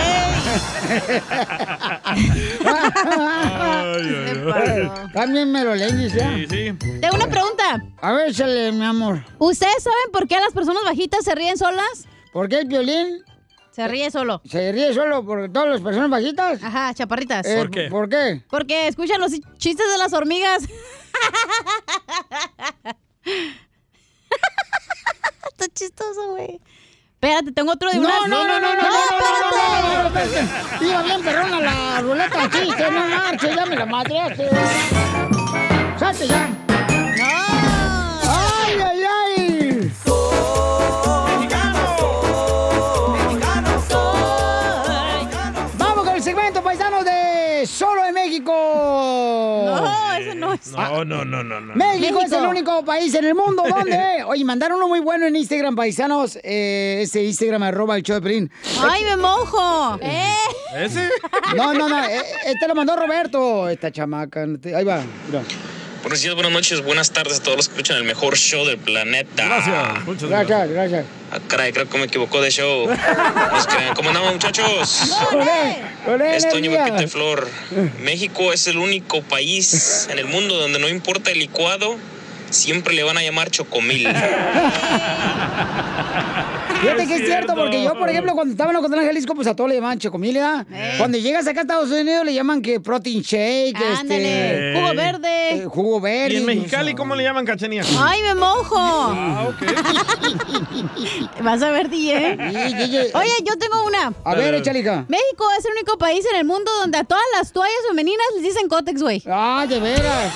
S3: güey!
S2: También me lo leñes ya.
S3: Sí, sí.
S10: Tengo una pregunta.
S2: A ver, échale, mi amor.
S10: ¿Ustedes saben por qué las personas bajitas se ríen solas?
S2: ¿Por qué el violín?
S10: Se ríe solo.
S2: ¿Se ríe solo por todas las personas bajitas?
S10: Ajá, chaparritas.
S2: Eh, ¿Por qué? ¿por qué?
S10: Porque escuchan los chistes de las hormigas. Está chistoso, güey. Espérate, tengo otro de
S2: No,
S10: una...
S2: no, no, no, no, no, no, no, no, no,
S10: espérate.
S2: espérate. Iba bien perrona la ruleta de chistes, no marches, ya me la madreaste. ¡Salte ya! ¡Ay, ay, ay! ¡Vamos con el segmento paisano de Solo en México!
S10: No, ese no es.
S3: No, no, no, no, no.
S2: México, es
S10: México.
S2: el único país en el mundo donde. Oye, mandaron uno muy bueno en Instagram, paisanos. eh, ese Instagram, arroba el show de Pelín.
S10: ¡Ay, me mojo! ¡Eh!
S3: ¿Ese?
S2: No, no, no. eh, Este lo mandó Roberto, esta chamaca. no te- Ahí va, mira.
S21: Buenos días, buenas noches, buenas tardes a todos los que escuchan el mejor show del planeta. Gracias, muchas
S2: Gracias, gracias.
S21: Ah, caray, creo que me equivocó de show. No se crean. ¿Cómo andamos, muchachos?
S2: ¡Olé! ¡Olé,
S21: Es Toño
S2: energía!
S21: Pepito de Flor. México es el único país en el mundo donde no importa el licuado, siempre le van a llamar chocomil.
S2: Fíjate que es cierto, Eh. porque yo, por ejemplo, cuando estaba en Ocotlán, Jalisco, pues a todo le llaman chocomila. Cuando llegas acá a Estados Unidos, le llaman que protein shake,
S10: Ándale,
S2: este...
S10: jugo verde.
S2: eh, jugo verde.
S3: ¿Y en
S2: no sé.
S3: Mexicali cómo le llaman cachanía? Ah,
S10: ¡Ay, me mojo! Vas a ver, DJ.
S3: Sí, sí, sí.
S10: Oye, yo tengo una.
S2: A ver, échale, hija.
S10: México es el único país en el mundo donde a todas las toallas femeninas les dicen cótex, güey.
S2: ¡Ah, de veras!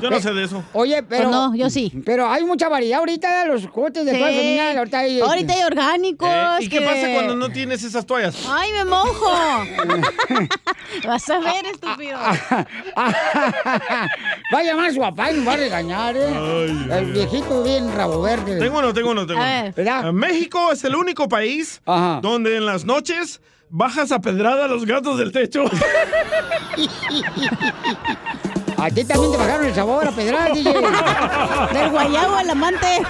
S3: Yo no sé de eso.
S2: Oye, pero.
S10: Pues no, yo sí.
S2: Pero hay mucha variedad ahorita de los cotes de
S10: Sí.
S2: todas las femeninas, Ahorita hay. este,
S10: Ahorita hay orgánicos.
S3: Eh, ¿Y qué
S10: que-
S3: pasa cuando no tienes esas toallas?
S10: ¡Ay, me mojo! Vas a ver, estúpido.
S2: Ah, Va a llamar a su papá y nos va a regañar, ¿eh? el viejito bien rabo verde.
S3: Tengo uno, tengo uno, tengo
S2: A
S3: uno.
S2: ver. ¿Verdad?
S3: Eh, México es el único país donde en las noches bajas a pedrada a los gatos del techo.
S2: A ti también te bajaron el sabor a pedrar, DJ.
S10: Del guayabo al amante.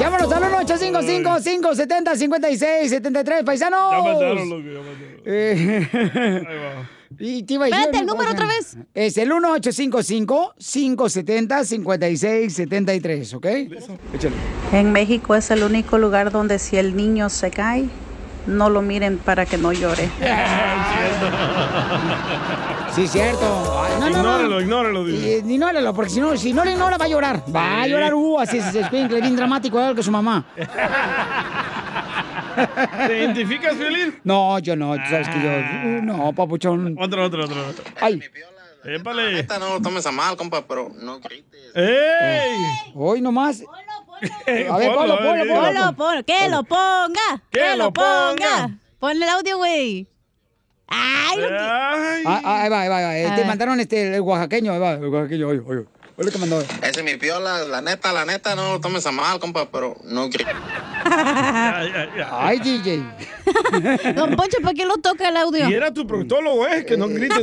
S2: Llámanos al 1-855-570-5673, paisanos.
S11: Ya mandaron,
S3: loco,
S2: Eh, y te iba a decir
S10: Espérate, el
S2: una
S10: número
S2: cosa.
S10: otra vez.
S2: Es el 1-855-570-5673, ¿ok? Échale.
S22: En México es el único lugar donde si el niño se cae, no lo miren para que no llore.
S2: Sí, cierto. Ay, no, no, no.
S3: ignóralo, ignóralo, dile.
S2: Eh, ignóralo, porque si no, si no le ignora va a llorar. Va a
S3: Sí.
S2: llorar, uh, así es, es bien, bien dramático, igual que su mamá.
S3: ¿Te identificas, Violín?
S2: No, yo no, tú sabes que yo, uh, no, papuchón.
S3: Ah. Otro, otro, otro. otro.
S2: Ay.
S3: Épale.
S23: Neta, no lo tomes a mal, compa, pero no grites.
S3: ¡Ey!
S2: Hoy nomás. A ver,
S23: Ponlo,
S2: ponlo,
S23: a ver,
S2: ponlo, ponlo.
S10: Ponlo, ponlo. Que lo ponga.
S2: Que
S10: Que
S2: lo
S10: lo ponga. Ponle el audio, güey. Ay, lo que...
S2: Ah, ah, ahí va, ahí va, ahí va.
S10: A
S2: Este,
S10: ver.
S2: mandaron este, el oaxaqueño, ahí va, el oaxaqueño, oye, oye. Oye, que mandó.
S23: Ese es mi piola, la neta, la neta, no lo tomes a mal, compa, pero no grites.
S2: Ay, DJ.
S10: Don Poncho, ¿por qué lo toca el audio?
S3: Y era tu proctólogo, ¿eh? Que no grites.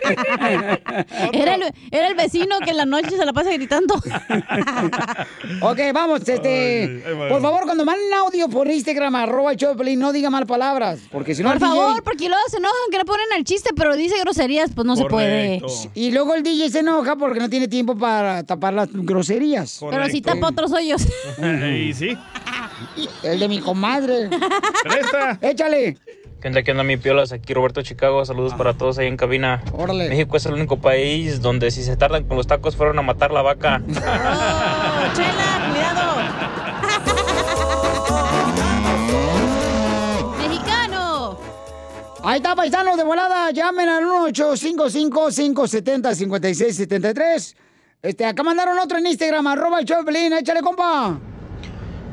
S10: Era el, era el vecino que en la noche se la pasa gritando.
S2: Ok, vamos, este.
S10: Ay, ahí va.
S2: por favor, cuando manden audio por Instagram, arroba el show de Pelín, no diga mal palabras. Porque si no,
S10: Por
S2: el DJ
S10: favor, porque luego se enojan que le ponen al chiste, pero dice groserías, pues no se puede.
S2: Y luego el DJ se enoja porque no tiene tiempo para tapar las groserías.
S10: Pero si tapa otros hoyos.
S3: y sí.
S2: El de mi comadre. Échale.
S24: ¿Qué onda, qué onda, mi piolas? Aquí Roberto Chicago. Saludos para todos ahí en cabina.
S2: Órale.
S24: México es el único país donde si se tardan con los tacos fueron a matar la vaca.
S10: Chela, cuidado. Mexicano.
S2: Ahí está, paisanos de volada. Llamen al 1-855-570-5673. Este, acá mandaron otro en Instagram, arroba el show de Pelín. Échale, compa.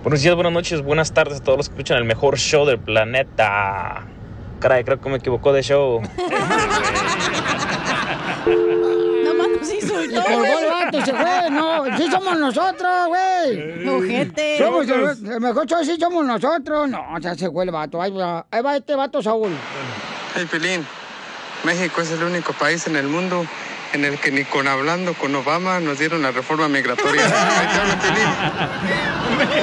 S21: Buenos días, buenas noches, buenas tardes a todos los que escuchan el mejor show del planeta. Caray, creo que me equivocó de show.
S10: Nomás nos insultó.
S2: Le colgó el vato, se fue. No, sí somos nosotros, güey.
S10: Ojete.
S2: Somos
S10: Locos.
S2: el, el mejor show, sí somos nosotros. No, ya se fue el vato. Ahí va, ahí va este vato, Saúl.
S25: Hey, Pilín. México es el único país en el mundo
S26: en el que ni con hablando con Obama nos dieron la reforma migratoria. Ahí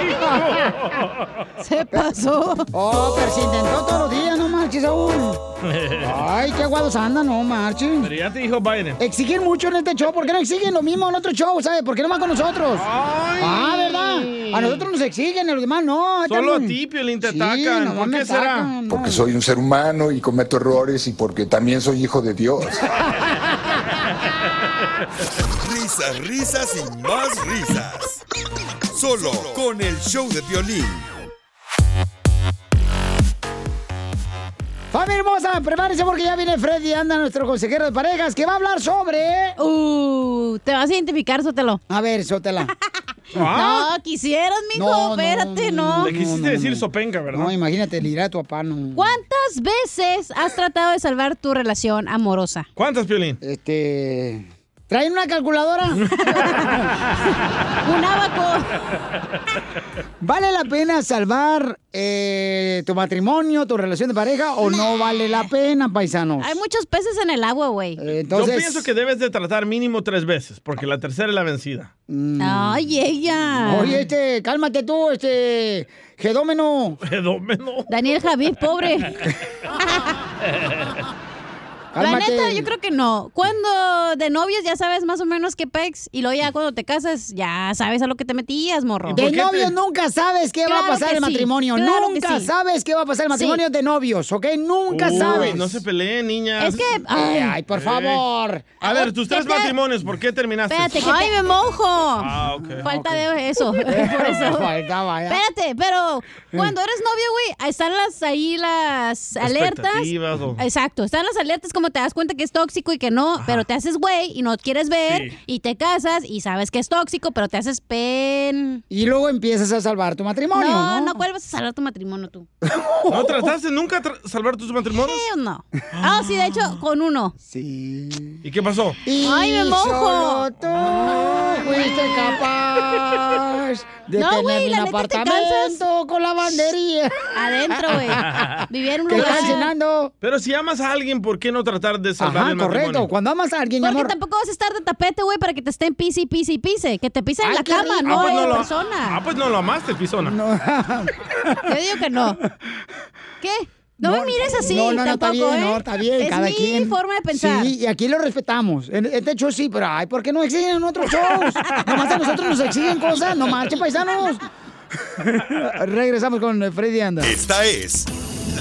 S26: te hablo,
S2: Se pasó. Oh, pero se intentó todos los días, no marches aún. Ay, qué guados andan, no marches.
S3: Pero ya te dijo Biden.
S2: Exigen mucho en este show, ¿por qué no exigen lo mismo en otro show, ¿sabes? ¿Por qué no van con nosotros? Ah, ¿verdad? A nosotros nos exigen, a los demás no.
S3: Solo a ti, Piolín, te atacan.
S2: nomás
S3: ¿Por
S2: me
S3: qué será?
S2: atacan.
S27: Porque soy un ser humano y cometo errores y porque también soy hijo de Dios.
S9: Risas, risas y más risas. Solo con el show de violín.
S2: Familia hermosa, prepárense porque ya viene Freddy, anda nuestro consejero de parejas, que va a hablar sobre... Uh, te vas a identificar, Sotelo. A ver, Sotela. Ah.
S10: No, quisieras, mijo, espérate,
S3: Ah.
S10: no.
S3: Le quisiste decir sopenca, ¿verdad?
S2: No, imagínate, le dirá a tu papá, no.
S10: ¿Cuántas veces has tratado de salvar tu relación amorosa?
S3: ¿Cuántas, Piolín?
S2: Este... ¿Traen una calculadora? ¡Un abaco! ¿Vale la pena salvar eh, tu matrimonio, tu relación de pareja o no vale la pena, paisanos?
S10: Hay muchos peces en el agua, güey.
S2: Eh,
S3: Yo pienso que debes de tratar mínimo tres veces, porque la tercera es la vencida.
S2: Mm.
S10: Ay, ella.
S2: Oye, este, cálmate tú, este, Gedómeno.
S3: Gedómeno.
S10: Daniel Javid, pobre. La
S2: Cálmate.
S10: neta, yo creo que no. Cuando de novios ya sabes más o menos qué pex y luego ya cuando te casas ya sabes a lo que te metías, morro.
S2: De novios nunca sabes qué va a
S10: Claro
S2: pasar
S10: que
S2: el
S10: sí,
S2: matrimonio.
S10: claro que
S2: nunca
S10: sí.
S2: sabes qué va a pasar el matrimonio
S10: Sí.
S2: de novios, ¿ok? Nunca
S3: Uy,
S2: sabes.
S3: No se peleen, niñas.
S2: Es que- ay. Ay, por favor.
S3: A ver, tus
S2: ¿Qué
S3: tres
S2: pe-
S3: matrimonios, ¿por qué terminaste?
S10: Espérate, que ¡Ay, me mojo!
S3: Ah, ok.
S10: Falta de eso. por eso.
S2: Faltaba, ya.
S10: Espérate, pero cuando eres novio, güey, ahí están las ahí las alertas.
S3: Expectativas o-
S10: Exacto, están las alertas como te das cuenta que es tóxico y que no, pero te haces güey y no quieres ver
S2: Sí.
S10: y te casas y sabes que es tóxico, pero te haces pen.
S2: Y luego empiezas a salvar tu matrimonio,
S10: No,
S2: ¿no?
S10: no vuelvas a salvar tu matrimonio tú.
S3: ¿No trataste nunca tra- salvar tus matrimonios?
S10: Sí o no. Ah, sí, de hecho, con uno.
S2: Sí.
S3: ¿Y qué pasó?
S10: Ay, me mojo.
S2: Solo tú fuiste capaz de
S10: No,
S2: tener
S10: güey,
S2: un
S10: la neta, te
S2: apartamento con lavandería.
S10: Adentro, güey. Vivir en un
S2: Que
S10: lugar.
S2: estás llenando.
S3: Pero si amas a alguien, ¿por qué no tratar de salvar
S2: Ajá,
S3: el
S2: correcto.
S3: matrimonio?
S2: Cuando amas a alguien, mi
S10: Porque
S2: amor.
S10: tampoco vas a estar de tapete, güey, para que te estén pise y pise y pise. Que te pisen en
S2: Ay,
S10: la
S2: qué
S10: cama,
S2: rico.
S10: no,
S2: Ah, pues
S10: en
S2: no lo-
S10: persona.
S3: Ah, pues no lo amaste, pisona.
S10: Yo digo que no. ¿Qué? No, me mires así
S2: No, no, no, está
S10: tampoco,
S2: bien,
S10: ¿eh?
S2: no, está bien.
S10: Es
S2: cada
S10: mi
S2: quien.
S10: forma de pensar.
S2: Sí, y aquí lo respetamos. En este show sí, pero ay, ¿por qué no exigen en otros shows? Nomás a nosotros nos exigen cosas, no marchen paisanos. Regresamos con Freddy Anda.
S9: Esta es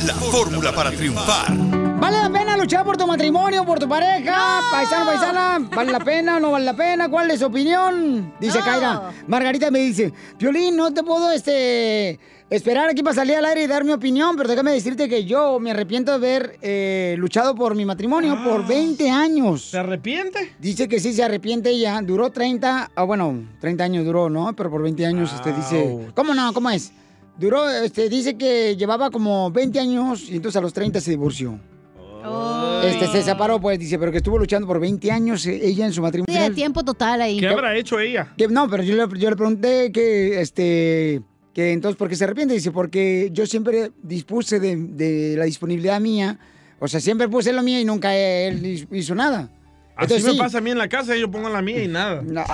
S9: la fórmula para triunfar.
S2: ¿Vale la pena luchar por tu matrimonio, por tu pareja? Paisano, paisana, ¿vale la pena o no vale la pena? ¿Cuál es su opinión? Dice Kaira. Margarita me dice, Piolín, no te puedo este, esperar aquí para salir al aire y dar mi opinión, pero déjame decirte que yo me arrepiento de haber eh, luchado por mi matrimonio por 20 años. ¿Se
S3: arrepiente?
S2: Dice que sí, se arrepiente ella. Duró 30, ah, bueno, 30 años duró, ¿no? Pero por 20 años, este, dice... ¿Cómo no? ¿Cómo es? Duró, este, dice que llevaba como 20 años y entonces a los 30 se divorció. Este se separó, pues, dice, pero que estuvo luchando por 20 años eh, ella en su matrimonio.
S10: Sí, a tiempo total ahí.
S3: ¿Qué habrá hecho ella?
S2: Que- no, pero yo le, yo le pregunté que, este, que entonces, ¿por qué se arrepiente? Dice, porque yo siempre dispuse de, de la disponibilidad mía. O sea, siempre puse lo mío y nunca él his- hizo nada.
S3: Así
S2: Entonces,
S3: me
S2: sí.
S3: pasa a mí en la casa, yo pongo la mía y nada.
S10: Está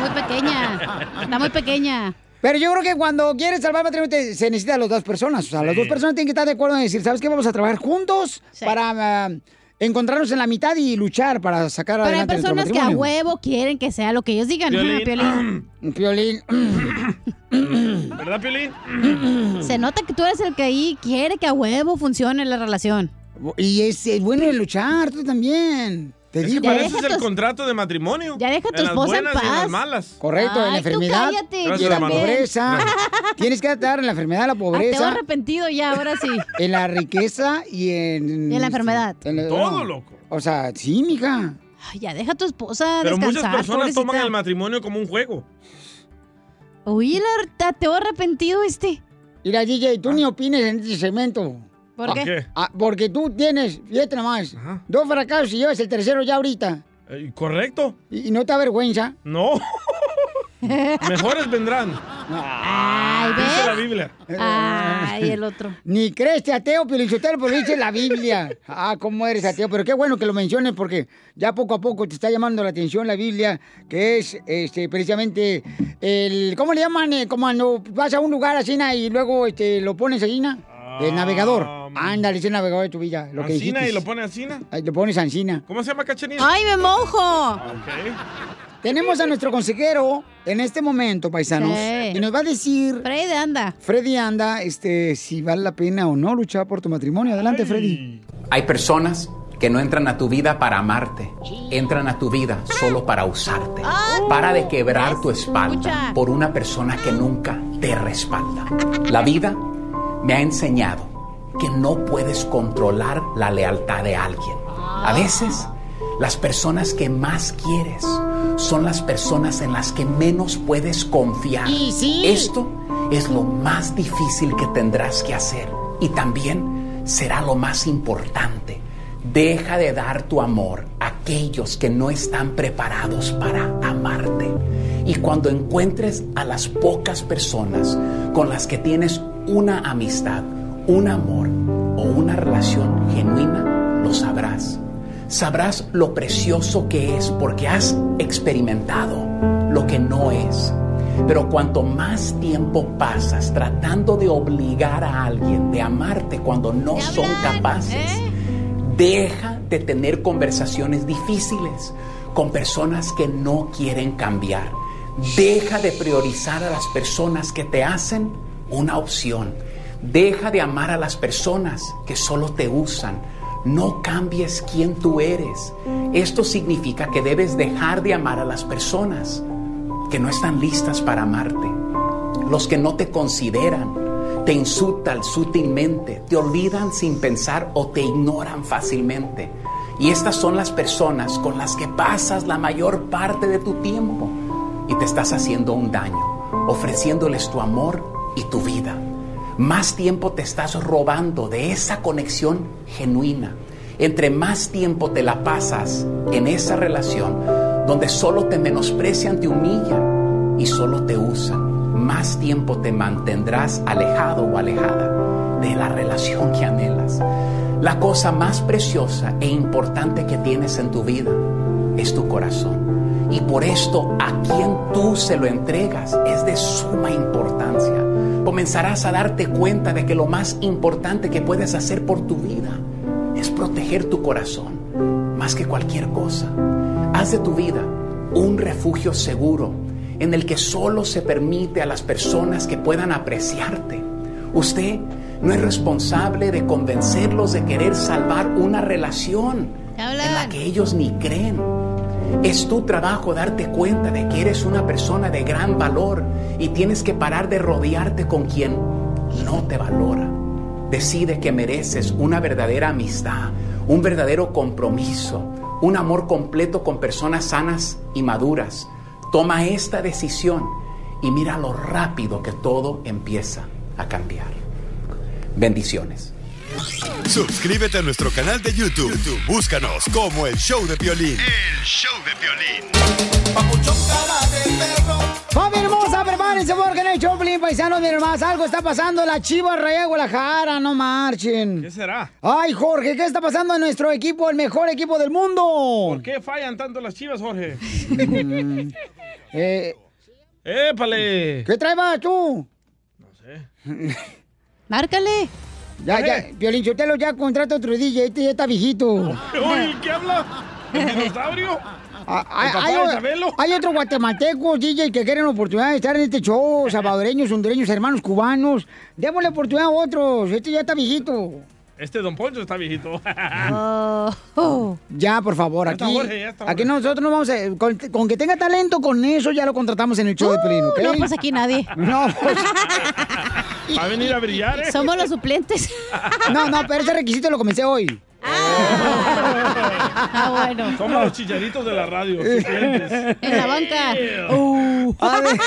S10: muy pequeña. Está muy pequeña.
S2: Pero yo creo que cuando quieres salvar matrimonio te- se necesitan las dos personas. O sea, las
S10: Sí.
S2: dos personas tienen que estar de acuerdo en decir, ¿sabes qué? Vamos a trabajar juntos para ah, encontrarnos en la mitad y luchar para sacar
S10: Pero hay
S2: adelante nuestro
S10: personas que a
S2: matrimonio.
S10: huevo quieren que sea lo que ellos digan. Ajá,
S2: Piolín.
S10: Piolín.
S2: Piolín.
S3: ¿Verdad, Piolín?
S10: Se nota que tú eres el que ahí quiere que a huevo funcione la relación.
S2: Y es, bueno de luchar, tú también. Te ¿eh?
S3: Es que para eso es el contrato de matrimonio.
S10: Ya deja a tu
S3: En las
S10: esposa en
S3: buenas y en las
S10: paz.
S3: malas.
S2: Correcto, en la enfermedad
S10: cállate,
S2: y
S3: tú
S2: en la
S3: también.
S2: pobreza. Tienes que adaptar en la enfermedad, la
S10: Ah, te veo
S2: pobreza,
S10: arrepentido ya, ahora sí.
S2: en la riqueza y en...
S10: Y en la enfermedad.
S2: en la-
S3: Todo,
S2: no.
S3: loco.
S2: O sea, sí, mija.
S10: Ay, ya deja a tu esposa
S3: Pero muchas
S10: Ah, descansar,
S3: personas toman
S10: pobrecita.
S3: el matrimonio como un juego.
S10: Uy, la harta, te veo arrepentido este. Ah.
S2: Mira, DJ, tú ni opines en este segmento.
S10: ¿Por qué?
S3: qué?
S2: Ah, porque tú tienes, fíjate nomás, dos fracasos y llevas el tercero ya ahorita.
S3: Eh, ¿Correcto?
S2: ¿Y, y no te avergüenza?
S3: No. Mejores vendrán.
S2: Ay,
S3: Dice la Biblia.
S10: Ay, el otro.
S2: Ni crees que ateo, Pelichotero, pero dice la Biblia. Ah, cómo eres ateo. Pero qué bueno que lo menciones porque ya poco a poco te está llamando la atención la Biblia, que es este, precisamente el... ¿Cómo le llaman? eh, Como cuando vas a un lugar así na, y luego este, lo pones ahí, na?
S3: Ah,
S2: El navegador. Ándale, es el navegador de tu vida. Lo que
S3: ¿Ancina
S2: dijiste.
S3: y lo pone Ancina?
S2: Ay, Lo pones ancina.
S3: ¿Cómo se llama Cachanilla?
S2: ¡Ay, me mojo!
S3: Ok.
S2: Tenemos a nuestro consejero en este momento, paisanos,
S10: Sí.
S2: y nos va a decir...
S10: Freddy anda.
S2: Freddy anda, este, si vale la pena o no luchar por tu matrimonio. Adelante, Freddy.
S28: Hay personas que no entran a tu vida para amarte, entran a tu vida solo para usarte. Para de quebrar tu espalda por una persona que nunca te respalda. La vida me ha enseñado que no puedes controlar la lealtad de alguien. A veces, las personas que más quieres son las personas en las que menos puedes confiar.
S11: Y sí.
S28: Esto es lo más difícil que tendrás que hacer y también será lo más importante. Deja de dar tu amor a aquellos que no están preparados para amarte. Y cuando encuentres a las pocas personas con las que tienes una amistad, un amor o una relación genuina, lo sabrás. Sabrás lo precioso que es porque has experimentado lo que no es. Pero cuanto más tiempo pasas tratando de obligar a alguien de amarte cuando no son capaces, deja de tener conversaciones difíciles con personas que no quieren cambiar. Deja de priorizar a las personas que te hacen una opción. Deja de amar a las personas que solo te usan. No cambies quién tú eres. Esto significa que debes dejar de amar a las personas que no están listas para amarte, los que no te consideran, te insultan sutilmente, te olvidan sin pensar o te ignoran fácilmente. Y estas son las personas con las que pasas la mayor parte de tu tiempo y te estás haciendo un daño, ofreciéndoles tu amor y tu vida. Más tiempo te estás robando de esa conexión genuina. Entre más tiempo te la pasas en esa relación donde solo te menosprecian, te humillan y solo te usan, más tiempo te mantendrás alejado o alejada de la relación que anhelas. La cosa más preciosa e importante que tienes en tu vida es tu corazón. Y por esto a quien tú se lo entregas es de suma importancia. Comenzarás a darte cuenta de que lo más importante que puedes hacer por tu vida es proteger tu corazón más que cualquier cosa. Haz de tu vida un refugio seguro en el que solo se permite a las personas que puedan apreciarte. Usted no es responsable de convencerlos de querer salvar una relación en la que ellos ni creen. Es tu trabajo darte cuenta de que eres una persona de gran valor y tienes que parar de rodearte con quien no te valora. Decide que mereces una verdadera amistad, un verdadero compromiso, un amor completo con personas sanas y maduras. Toma esta decisión y mira lo rápido que todo empieza a cambiar. Bendiciones.
S9: Suscríbete a nuestro canal de YouTube. YouTube, Búscanos como el show de Piolín.
S2: ¡Familia hermosa, prepárense porque en el Choplin, paisanos, miren más, algo está pasando. La chiva raya de Guadalajara, no marchen. ¿Qué
S3: será?
S2: Ay, Jorge, ¿qué está pasando en nuestro equipo, el mejor equipo del mundo?
S3: ¿Por qué fallan tanto las chivas, Jorge?
S2: Mm, eh,
S3: ¡Épale!
S2: ¿Qué traebas tú? Márcale. Ya, ya, Violín Chotelo, ya contrata otro DJ, este ya está viejito.
S3: Uy, ¿qué habla? ¿El dinosaurio?
S2: Ah, Hay,
S3: papá
S2: hay
S3: de
S2: o-
S3: Chabelo?
S2: hay otros guatemaltecos, DJ, que quieren oportunidad de estar en este show, salvadoreños, hondureños, hermanos cubanos. Démosle oportunidad a otros, este ya está viejito.
S3: Este Don Poncho está viejito.
S10: Oh.
S2: Ya, por favor,
S3: Ya está
S2: aquí,
S3: Jorge, ya está
S2: aquí nosotros no vamos a... Con, con que tenga talento, con eso ya lo contratamos en el show de Pelín, ¿ok?
S10: no, pues aquí nadie.
S2: No, pues,
S3: Va a venir a brillar, ¿eh?
S10: Somos los suplentes.
S2: no, no, pero ese requisito lo comencé hoy.
S10: Ah, bueno. Ah,
S3: Somos los chilladitos de la radio. suplentes.
S10: En la banca.
S3: Yeah.
S10: Uh.
S2: Ade-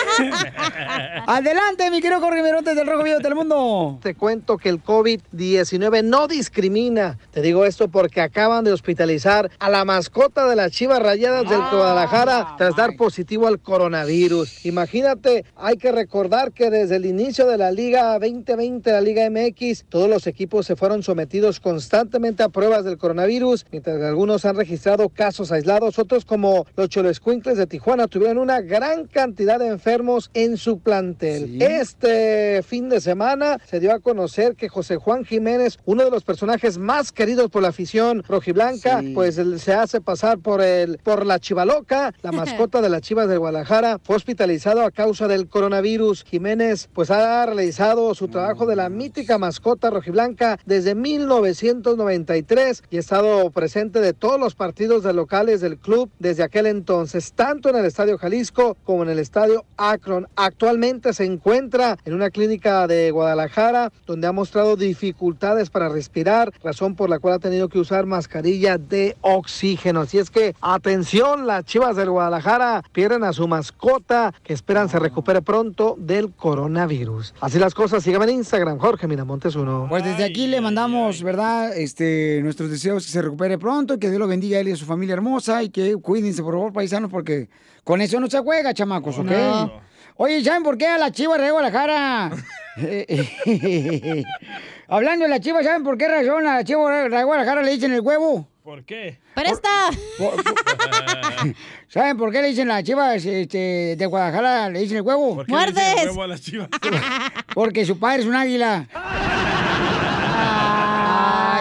S2: Adelante, mi querido Jorge Mirotes del Rojo Vivo de Telemundo.
S4: Te cuento que el COVID-19 no discrimina. Te digo esto porque acaban de hospitalizar a la mascota de las Chivas Rayadas
S2: Ah.
S4: del Guadalajara tras dar positivo al coronavirus. Imagínate, hay que recordar que desde el inicio de la Liga 2020, la Liga MX, todos los equipos se fueron sometidos constantemente a pruebas del coronavirus, mientras que algunos han registrado casos aislados, otros como los Cholescuincles de Tijuana tuvieron una gran cantidad de enfermos en su plantel. Este fin de semana se dio a conocer que José Juan Jiménez, uno de los personajes más queridos por la afición rojiblanca, pues él se hace pasar por el por la Chivaloca, la mascota de las Chivas de Guadalajara, fue hospitalizado a causa del coronavirus. Jiménez pues ha realizado su trabajo de la mítica mascota rojiblanca desde 1993 y ha estado presente de todos los partidos de locales del club desde aquel entonces, tanto en el Estadio Jalisco como en el Estadio Akron. Actualmente se encuentra en una clínica de Guadalajara donde ha mostrado dificultades para respirar, razón por la cual ha tenido que usar mascarilla de oxígeno. Así es que atención, las Chivas del Guadalajara pierden a su mascota que esperan se recupere pronto del coronavirus. Así las cosas, síganme en Instagram, Jorge Miramontes uno.
S2: Pues desde aquí le mandamos, ¿verdad? Este, nuestros deseos que se recupere pronto, que Dios lo bendiga a él y a su familia hermosa y que cuídense, por favor, paisanos, porque con eso no se juega, chamacos, ¿ok?
S11: No.
S2: Oye, ¿saben por qué a la Chivas de Guadalajara? Hablando de la Chivas, ¿saben por qué razón a la Chivas de Guadalajara le dicen el huevo?
S3: ¿Por qué?
S2: ¡Presta! ¿Saben por qué le dicen las chivas este, de Guadalajara? Le dicen el huevo.
S3: ¿Por qué le dicen el huevo a las chivas?
S2: Porque su padre es un águila. Ay,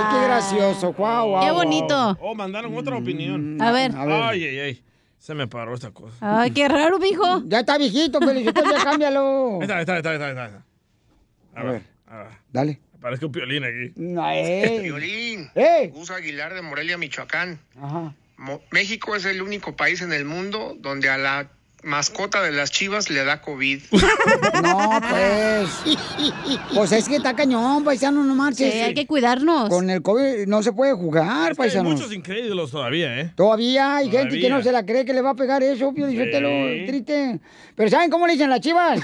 S3: Ah.
S2: qué gracioso. Guau, guau, guau.
S3: Oh, mandaron otra opinión.
S2: A ver. A ver.
S3: Ay, ay, ay. Se me paró esta cosa.
S2: raro, mijo. Ya está viejito, pues, pero ya cámbialo.
S3: Ahí está, ahí está, ahí está, ahí está, ahí está. A, ver, a ver.
S2: Dale.
S3: Parece un piolín aquí.
S2: No,
S12: Violín.
S2: ¡Eh!
S12: Este Gus Aguilar de Morelia, Michoacán.
S2: Ajá.
S12: Mo- México es el único país en el mundo donde a la mascota de las chivas le da COVID.
S2: No, pues. Pues es que está cañón, paisano, no marches.
S3: Sí, hay que
S2: cuidarnos. Con el COVID no se puede jugar,
S3: Hay
S2: paisano.
S3: muchos incrédulos todavía, ¿eh?
S2: Todavía hay gente que
S3: Todavía.
S2: no se la cree que le va a pegar eso, Pio Dizotelo,
S3: Sí.
S2: triste. Pero ¿saben cómo le dicen las chivas?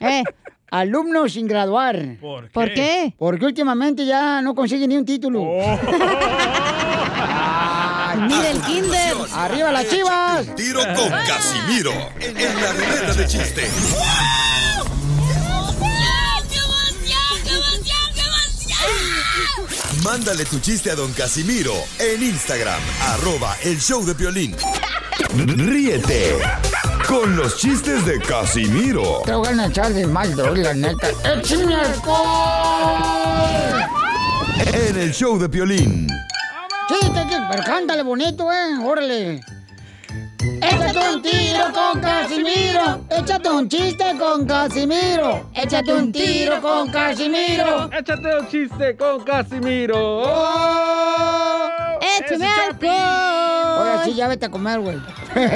S2: eh, alumnos sin graduar.
S3: ¿Por
S2: qué? Porque últimamente ya no consiguen ni un título.
S3: Oh.
S11: Ni del kinder.
S2: ¡Arriba las chivas!
S9: Tiro con Casimiro en la ruleta de chiste. Mándale tu chiste a don Casimiro en Instagram, arroba el show de Piolín. Ríete con los chistes de Casimiro
S2: Tengo ganas de echarle más droga, la neta. ¡Échame alcohol!
S9: en el show de Piolín.
S2: Chiste, que- pero cántale bonito, eh. Órale. Échate un tiro con Casimiro. Échate un chiste con Casimiro. Échate un tiro con Casimiro.
S13: Échate un chiste con Casimiro.
S2: ¡Échame alcohol! Ahora sí, ya vete a comer, güey.
S11: Las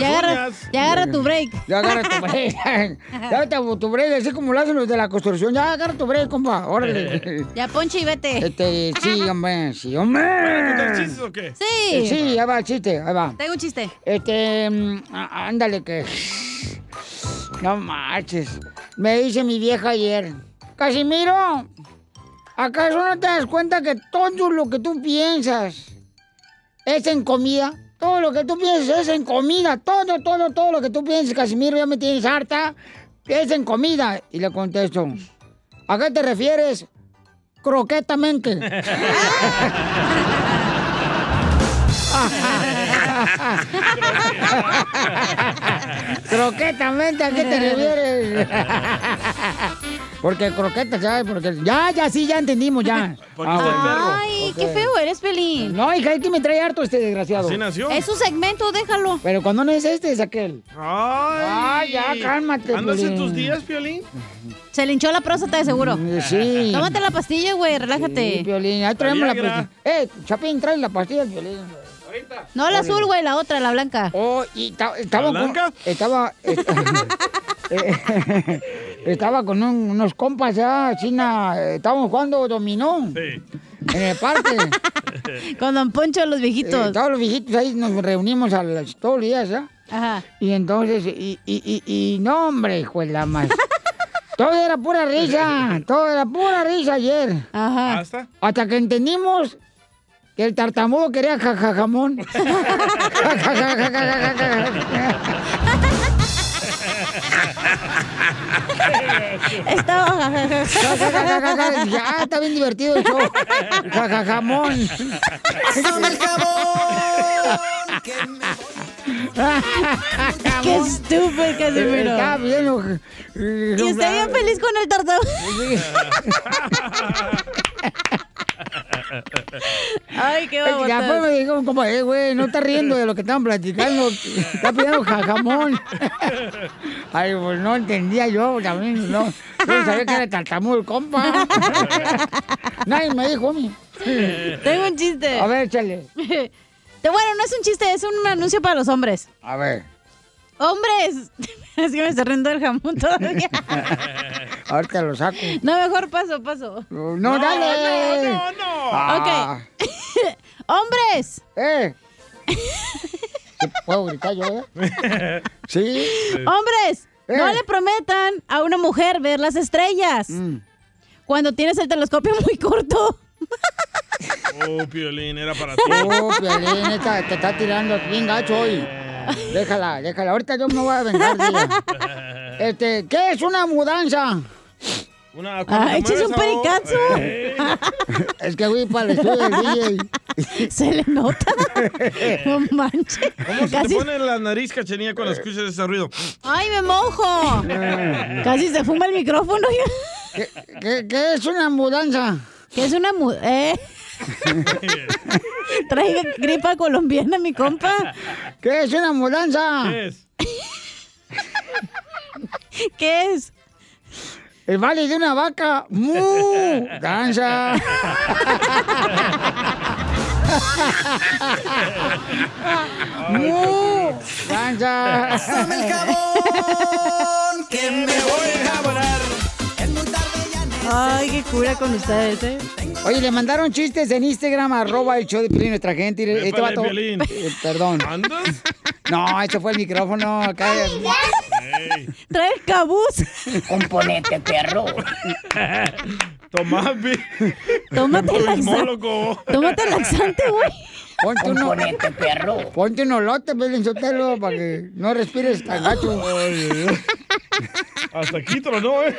S11: Ya agarra- uñas. ya agarra tu
S2: break. Ya agarra tu break. ya vete a tu break, así como lo hacen los de la construcción. Ya agarra tu break, compa. Órale.
S10: Ya, ponche y vete.
S2: Este, sí, hombre, sí, hombre.
S10: ¿Van a contar chistes
S3: o qué?
S10: Sí.
S2: Eh, sí, ahí va el chiste, ahí va.
S10: Tengo un chiste.
S2: Este, mm, á- ándale que... No marches. Me dice mi vieja ayer, Casimiro, ¿acaso no te das cuenta que todo lo que tú piensas es en comida? Todo lo que tú piensas es en comida. Todo, todo, todo lo que tú piensas, Casimiro, ya me tienes harta, es en comida. Y le contesto, ¿a qué te refieres? Croquetamente. Croquetamente, ¿a qué te refieres? Porque croqueta, ¿sabes? Porque ya, ya, sí, ya entendimos, ya.
S3: Porque soy perro.
S10: Ay,
S2: Ok.
S10: qué feo eres, Pelín.
S2: No, hija, es que me trae harto este desgraciado.
S3: Así nació.
S10: Es un segmento, déjalo.
S2: Pero cuando no es este, es aquel.
S3: Ay,
S2: Ay, ya, cálmate,
S3: ¿Andas en
S2: Piolín. Mm,
S3: tus días, Piolín?
S10: Se le hinchó la próstata de seguro.
S2: Sí.
S10: Tómate la pastilla, güey, relájate.
S2: Sí, Piolín, ahí traemos la
S10: Viagra.
S2: pastilla. Eh, Chapín, trae la pastilla, Piolín.
S10: No, la azul, güey, la otra, la blanca.
S2: Oh, y Estaba con, estaba, eh, estaba con un- unos compas ya, China, eh, estábamos jugando dominó. En el parque.
S10: Con Don Poncho, los viejitos.
S2: todos los viejitos ahí nos reunimos a las, todos los días, ¿ya? Y entonces, y, y, y, y no, hombre, hijo de la más. Todo era pura risa, todo era pura risa ayer. Ajá. ¿Hasta? que entendimos que el tartamudo quería jajajamón.
S11: Estaba.
S2: Ya, está bien divertido el show. Jajajamón.
S11: Pásame el jabón.
S2: Qué estúpido,
S10: Casimiro.
S2: Está bien. lo- lo-
S10: Y está bien feliz con el
S13: Eh,
S10: tartamudo. Ay, qué babotas.
S2: Ya fue, me dijo un compa, eh, güey, no está riendo de lo que estaban platicando. Está pidiendo jajamón. Ay, pues no entendía yo también, no. Yo no sabía que era tartamudo el compa. Nadie me dijo a mí.
S10: Tengo un chiste.
S2: A ver, échale.
S10: Te- Bueno, no es un chiste, es un anuncio para los hombres.
S2: A ver.
S10: ¡Hombres! Es que me está riendo el jamón todavía.
S2: Ahorita lo saco. Pues,
S10: No, mejor paso, paso.
S2: No, dale.
S10: No, no, no.
S2: Ah.
S10: Ok. ¡Hombres!
S2: ¡Eh! ¿Puedo gritar yo? eh? ¿Sí? Eh.
S10: ¡Hombres! No le prometan a una mujer ver las estrellas.
S2: Mm.
S10: Cuando tienes el telescopio muy corto.
S3: Oh, Piolín, era para ti.
S2: Oh, Piolín, esta te está tirando bien gacho hoy. Déjala, déjala. Ahorita yo me voy a vengar de ella. Este, ¿qué es una mudanza?
S3: Una,
S2: Ah,
S3: ¿cómo te
S2: échese un
S3: mueves, amor?
S2: pericazo.
S3: Eh,
S2: Es que voy para el estudio del DJ.
S10: Se le nota. No manches.
S3: ¿Cómo se te
S10: Casi-
S3: pone en la nariz, cachenía,
S2: Eh.
S3: cuando escuchas ese ruido?
S10: ¡Ay, me mojo!
S2: Eh.
S10: Casi se fuma el micrófono.
S2: ¿Qué, es una mudanza?
S10: ¿Qué es una mu eh? Trae gripa colombiana, mi compa.
S2: ¿Qué es una mudanza?
S10: ¿Qué es? ¿Qué es?
S2: El vale de una vaca. ¡Mu! ¡Danza! ¡Mu! ¡Danza!
S11: Pásame el jabón. Que me voy a jabonar.
S10: Ay, qué cura con ustedes, ¿eh?
S2: Oye, le mandaron chistes en Instagram, arroba el show de Piolín, nuestra gente. Y este
S11: Épale,
S2: vato...
S11: Piolín.
S2: Eh, perdón.
S3: ¿Andas?
S2: No, ese fue el micrófono. Acá...
S10: Trae el cabuz.
S2: Componente, perro.
S3: Tomás, vi.
S10: Tómate
S3: Cosmólogo.
S10: güey.
S2: Ponte un
S11: Componente, perro.
S2: Ponte un olote, Piolín Sotelo, para que no respires tan gacho.
S3: Hasta aquí tronó, ¿eh?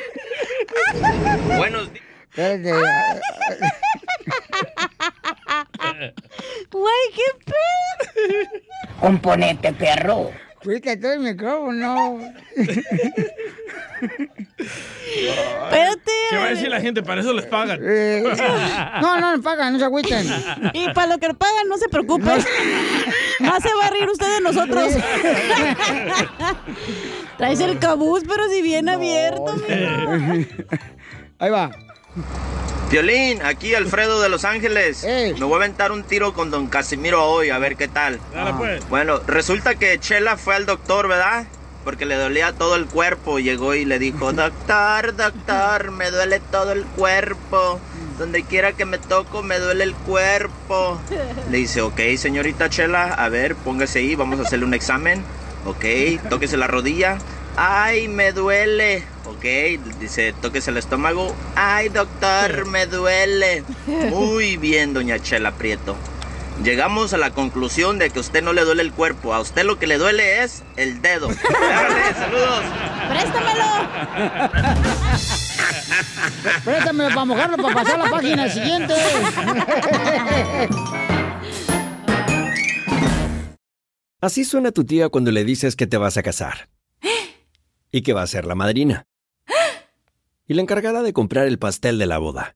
S2: Buenos días.
S10: Güey, qué pedo.
S2: Componente, perro. Fuiste todo el micrófono.
S10: Espérate.
S3: ¿Qué va a decir la gente? Para eso les pagan.
S2: Eh, No, no, no pagan, no se agüiten.
S10: Y para lo que pagan, no se preocupen. Más se va a reír usted de nosotros. Traes el cabuz, pero si bien abierto,
S2: Ahí va.
S20: Violín, aquí Alfredo de Los Ángeles. Me voy a aventar un tiro con don Casimiro hoy, a ver qué tal.
S2: Ah.
S11: Dale, pues.
S20: Bueno, resulta que Chela fue al doctor, ¿verdad? Porque le dolía todo el cuerpo. Llegó y le dijo, doctor, doctor, me duele todo el cuerpo. Donde quiera que me toco, me duele el cuerpo. Le dice, ok, señorita Chela, a ver, póngase ahí, vamos a hacerle un examen. Ok, tóquese la rodilla. Ay, me duele. Ok, dice, tóquese el estómago. Ay, doctor, me duele. Muy bien, doña Chela Prieto. Llegamos a la conclusión de que a usted no le duele el cuerpo, a usted lo que le duele es el dedo. Órale, saludos.
S2: Préstamelo para mojarlo, para pasar la página siguiente.
S14: Así suena tu tía cuando le dices que te vas a casar. Y que va a ser la madrina. Y la encargada de comprar el pastel de la boda.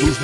S16: ¿Tus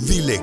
S9: Dile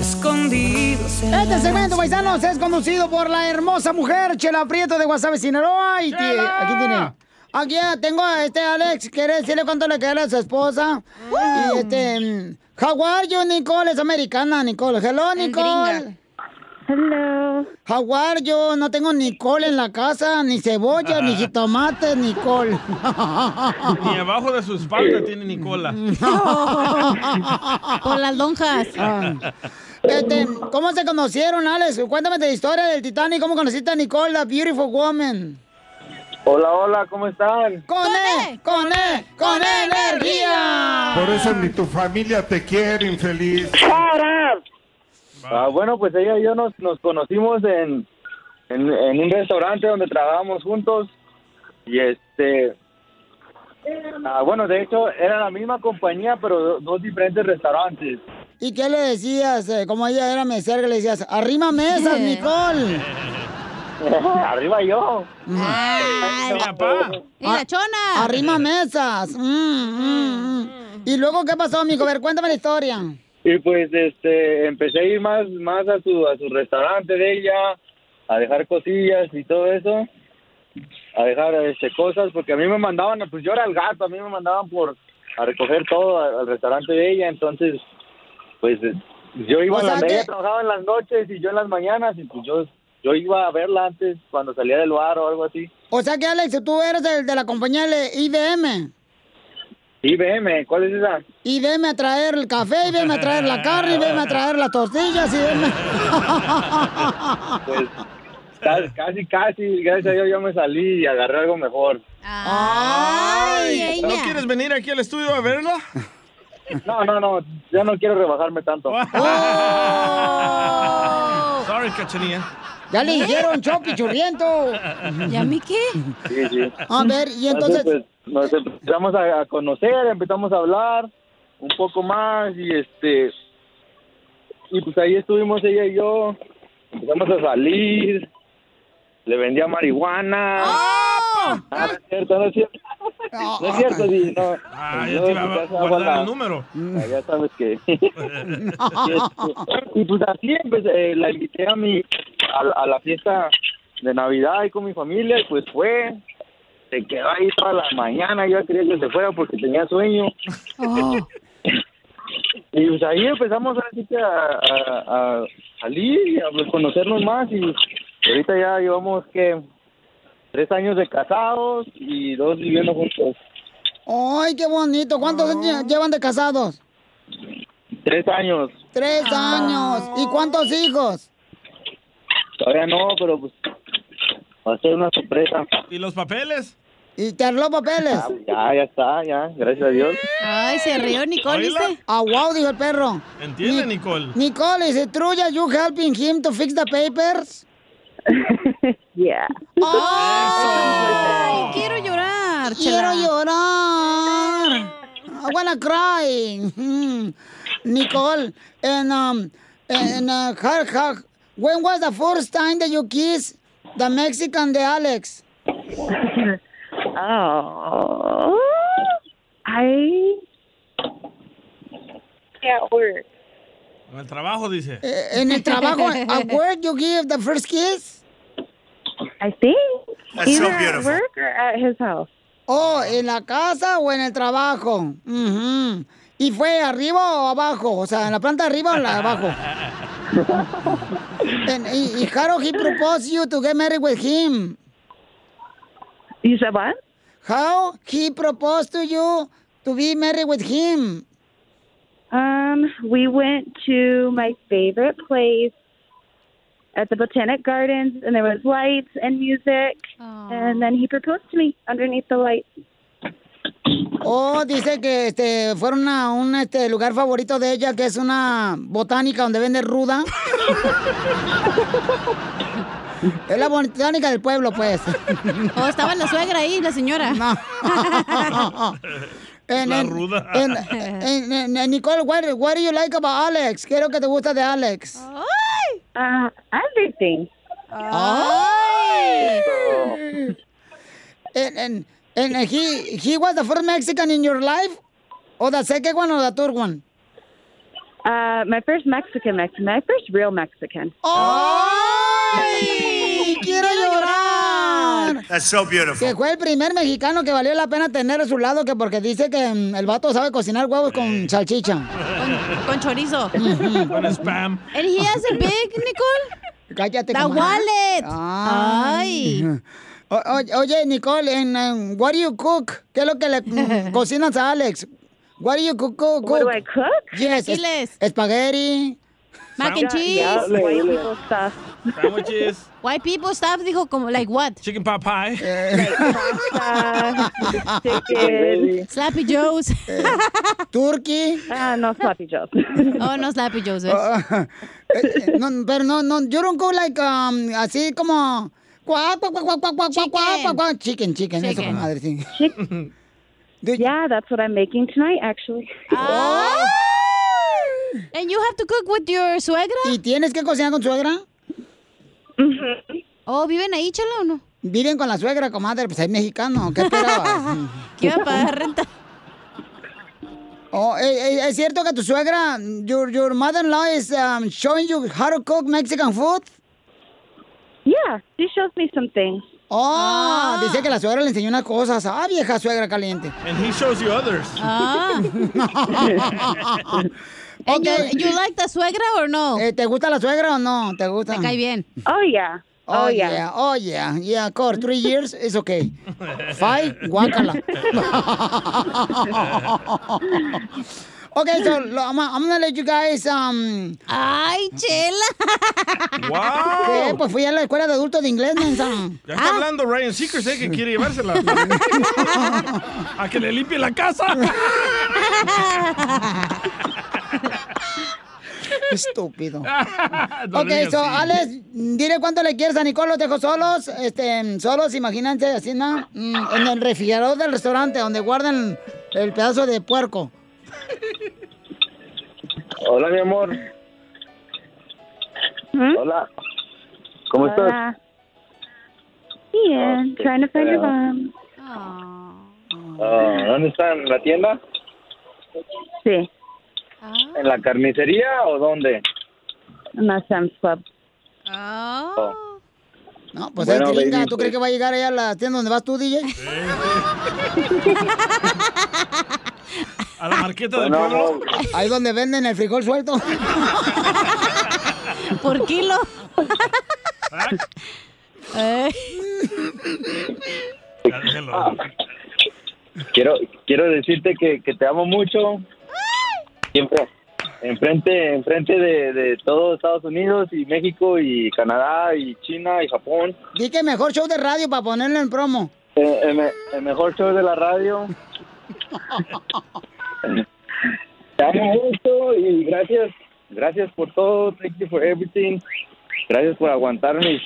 S1: Escondidos en
S2: Este
S1: la
S2: segmento, paisanos, es conducido por la hermosa mujer Chela Prieto de Guasave, Sinaloa. Y ti- aquí tiene. Aquí ya tengo a este Alex. ¿Quiere decirle cuánto le queda a su esposa? Y este. mm, How are you, Nicole? Es americana, Nicole. Hello, Nicole. Hello. How are you? No tengo Nicole en la casa, ni cebolla, ni jitomate, Nicole.
S3: Ni abajo de su espalda tiene Nicola.
S2: Con las lonjas. Este, ¿Cómo se conocieron, Alex? Cuéntame la historia del Titanic. ¿Cómo conociste a Nicole, la beautiful woman?
S25: Hola, hola, ¿cómo están?
S2: ¡Con E! ¡Con E! ¡Con E energía!
S25: Por eso ni tu familia te quiere, infeliz. Ah, bueno, pues ella y yo nos, nos conocimos en, en, en un restaurante donde trabajamos juntos. Y este. ah, bueno, de hecho, era la misma compañía, pero do- dos diferentes restaurantes.
S2: ¿Y qué le decías? eh, como ella era mesera, que le decías, arrima mesas, Nicole.
S25: Arriba yo.
S2: ¡Y la chona! Ah, ¡Arrima mesas! Mm, mm, mm. ¿Y luego qué pasó, amigo? A ver, cuéntame la historia.
S25: Y pues este empecé a ir más más a su a su restaurante de ella, a dejar cosillas y todo eso. A dejar este cosas porque a mí me mandaban, pues yo era el gato, a mí me mandaban por a recoger todo al, al restaurante de ella, entonces pues eh, yo iba O a la sea que- ella trabajaba en las noches y yo en las mañanas y pues yo yo iba a verla antes cuando salía del bar o algo así.
S2: O sea que, Alex, tú eres el de la compañía de IBM.
S25: IBM, ¿cuál es esa?
S2: Y venme a traer el café, y venme a traer la carne, y venme a traer las tortillas, y venme...
S25: Pues ca- casi casi, gracias a Dios yo me salí y agarré algo mejor.
S3: Ay, ¿No
S25: ella.
S3: quieres venir aquí al estudio a verla?
S25: No, no, no, yo no quiero rebajarme tanto.
S3: Sorry, cachanilla.
S2: Ya le hicieron chopi churriento.
S25: ¿Eh? ¿Y a mí
S2: qué?
S25: Sí, sí.
S2: A ver, y entonces-
S25: pues, nos empezamos a, a conocer, empezamos a hablar un poco más y este y pues ahí estuvimos ella y yo, empezamos a salir, le vendía marihuana. Ah, no es cierto, no es cierto. No es cierto, sí, no.
S3: Ah,
S25: Yo
S3: ya te
S25: en
S3: iba
S25: mi
S3: a
S25: casa hago
S3: guardar
S25: la-
S3: el número.
S25: Ah, ya sabes que. y pues así empecé, eh, la invité a mi a, la- a la fiesta de Navidad ahí con mi familia y pues fue. Se quedó ahí toda la mañana, yo quería que se fuera porque tenía sueño. Y pues ahí empezamos así que a, a- a salir y a pues, conocernos más y ahorita ya llevamos que tres años de casados y dos viviendo juntos.
S2: ¡Ay, qué bonito! ¿Cuántos años llevan de casados?
S25: Tres años.
S2: Tres años. ¿Y cuántos hijos?
S25: Todavía no, pero pues va a ser una sorpresa. Ah, pues,
S3: ¿Y los papeles?
S2: ¿Y te arregló papeles?
S25: Ya, ya está, ya, gracias a Dios.
S2: Ay, se rió
S3: Nicole, ¿viste? Oíla.
S2: Ah, wow, dijo el perro.
S3: ¿Entiende, Nicole?
S2: Nicole, is it true that you helping him to fix the papers?
S29: Yeah.
S2: ¡Ay, quiero llorar!
S29: Chela.
S2: ¡Quiero llorar! I wanna cry. Mm. Nicole, and, um, and uh, how- how- when was the first time that you kissed the Mexican, the Alex?
S25: ah.
S29: Oh. I can't work.
S3: En el trabajo, dice.
S2: Eh, En el trabajo, at work you give the first kiss?
S29: I think.
S2: That's so
S29: Either at
S2: beautiful.
S29: work or at his house.
S2: Oh, ¿en la casa o en el trabajo? Ujú. ¿Y fue arriba o abajo? O sea, ¿en la planta arriba o en la de abajo? And- y, y how he proposed you to get married with him?
S29: You said what?
S2: How he proposed to you to be married with him?
S29: Um, we went to my favorite place at the Botanic Gardens, and there was lights and music.
S10: Oh.
S29: And then he proposed to me underneath the lights.
S2: Oh, dice que este, fueron a un este, lugar favorito de ella, que es una botánica donde vende ruda. es la botánica del pueblo, pues.
S10: Oh, estaba la suegra ahí, la señora.
S2: No.
S10: La ruda.
S2: En, en- en- en- Nicole, what, what do you like about Alex? ¿Qué es lo que te gusta de Alex?
S29: Uh, everything.
S2: Ay. And, and, and he, he was the first Mexican in your life? Or the second one or the third one?
S29: Uh, my first Mexican, Mex- my first real Mexican.
S2: ¡Ay! ¡Quiero llorar!
S7: That's so beautiful.
S2: Que fue el primer mexicano que valió la pena tener a su lado, que porque dice que mm, el vato sabe cocinar huevos con salchicha.
S10: Con chorizo.
S2: Con spam.
S10: And he has a big, Nicole.
S2: Ah, Cállate.
S10: The
S2: comadre.
S10: wallet.
S2: Ay. O- o- oye, Nicole, en em, what do you cook? ¿Qué es lo que le mm, cocinas a Alex? What do you cook? cook,
S29: What do I cook?
S2: Yes. es-
S29: Chiles.
S2: Espagueti.
S10: Mac and cheese.
S29: Yeah, yeah, white people stuff.
S10: Sandwiches. White people stuff dijo como like what?
S3: Chicken pot pie.
S2: Eh.
S29: chicken.
S10: Slappy Joe's.
S2: Eh. Turkey.
S29: Ah, no Slappy Joe's.
S10: Oh, no Slappy Joe's. ¿ves?
S2: Ah, eh, eh, no, pero no, no, yo don't go like, um, así como... Cuá, cuá, cuá, cuá, cuá, cuá, cuá, cuá, cuá, cuá. Chicken, chicken, eso,
S29: Chicken.
S2: comadre, sí.
S29: yeah, that's what I'm making tonight, actually.
S2: Ah!
S10: And you have to cook with your suegra?
S2: ¿Y tienes que cocinar con suegra?
S10: Oh, ¿viven ahí, chela, o no?
S2: Viven con la suegra, comadre, pues es mexicano, ¿qué esperabas?
S10: ¿Qué iba a pagar renta?
S2: Oh, eh, eh, ¿Es cierto que tu suegra, your, your mother-in-law is um, showing you how to cook Mexican food?
S29: Yeah, she shows me some things.
S2: Oh,
S10: Ah.
S2: dice que la suegra le enseñó unas cosas. Ah, vieja suegra caliente.
S3: And he shows you others.
S10: Ah.
S2: Ok.
S10: You like the suegra or no?
S2: Eh, ¿Te gusta la suegra o no? ¿Te gusta?
S10: Me cae bien.
S29: Oh, yeah.
S2: Oh,
S29: Oh,
S2: yeah.
S29: yeah.
S2: Oh, yeah. Yeah, of course. Three years is okay. Five, guácala. okay, so lo- I'm, I'm gonna let you guys... Um...
S10: Ay, chela.
S2: ¿Qué? Pues fui a la escuela de adultos de inglés, mensa.
S3: Ya
S2: Ah.
S10: Ah,
S3: está hablando Ryan Seacrest, eh, que quiere llevársela. a que le limpie la casa.
S2: Estúpido.
S3: No
S2: Ok,
S3: le digas
S2: so,
S3: así.
S2: Alex, dile cuánto le quieres a Nicole, los dejo solos, este, solos, imagínate, así, ¿no? Mm, En el refrigerador del restaurante, donde guardan el pedazo de puerco.
S25: Hola, mi amor. Hola. ¿Cómo estás?
S29: Hola. Ian,
S25: Okay.
S29: trying to find your
S25: Yeah.
S29: mom.
S25: Ah, ¿Dónde está? ¿En la tienda?
S29: Sí,
S25: ¿En la carnicería o dónde?
S29: en la Sam's Club.
S2: No, pues
S25: Bueno,
S2: es gringa,
S25: baby,
S2: ¿tú
S25: pues.
S2: crees que va a llegar allá a la tienda donde vas tú, DJ?
S3: Eh, A la marqueta del
S25: Bueno,
S3: pueblo.
S2: Ahí donde venden el frijol suelto.
S10: Por kilo. Eh.
S25: Ah. Quiero, quiero decirte que, que te amo mucho. Siempre. Enfrente, enfrente de, de todo Estados Unidos y México y Canadá y China y Japón.
S2: Di que mejor show de radio para ponerlo en promo.
S25: Eh, el, me- el mejor show de la radio. Te amo mucho y gracias. Gracias por todo. Thank you for everything. Gracias por aguantar mi,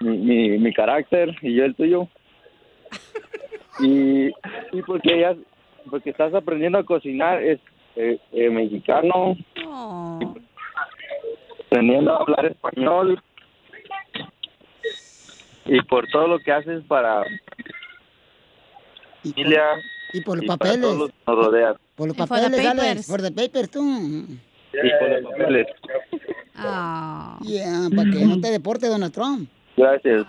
S25: mi, mi, mi carácter y yo el tuyo. Y, y porque ya porque estás aprendiendo a cocinar es eh, eh, mexicano, aprendiendo a hablar español y por todo lo que haces para familia
S2: Y por los
S25: y para
S2: papeles.
S25: todos los que nos rodean.
S2: Por los
S25: Y for
S2: papeles,
S25: the papers.
S2: Alex. Por the papers, tú.
S25: Y por los papeles. Ah.
S2: Yeah, para que no te deporte Donald Trump.
S25: Gracias.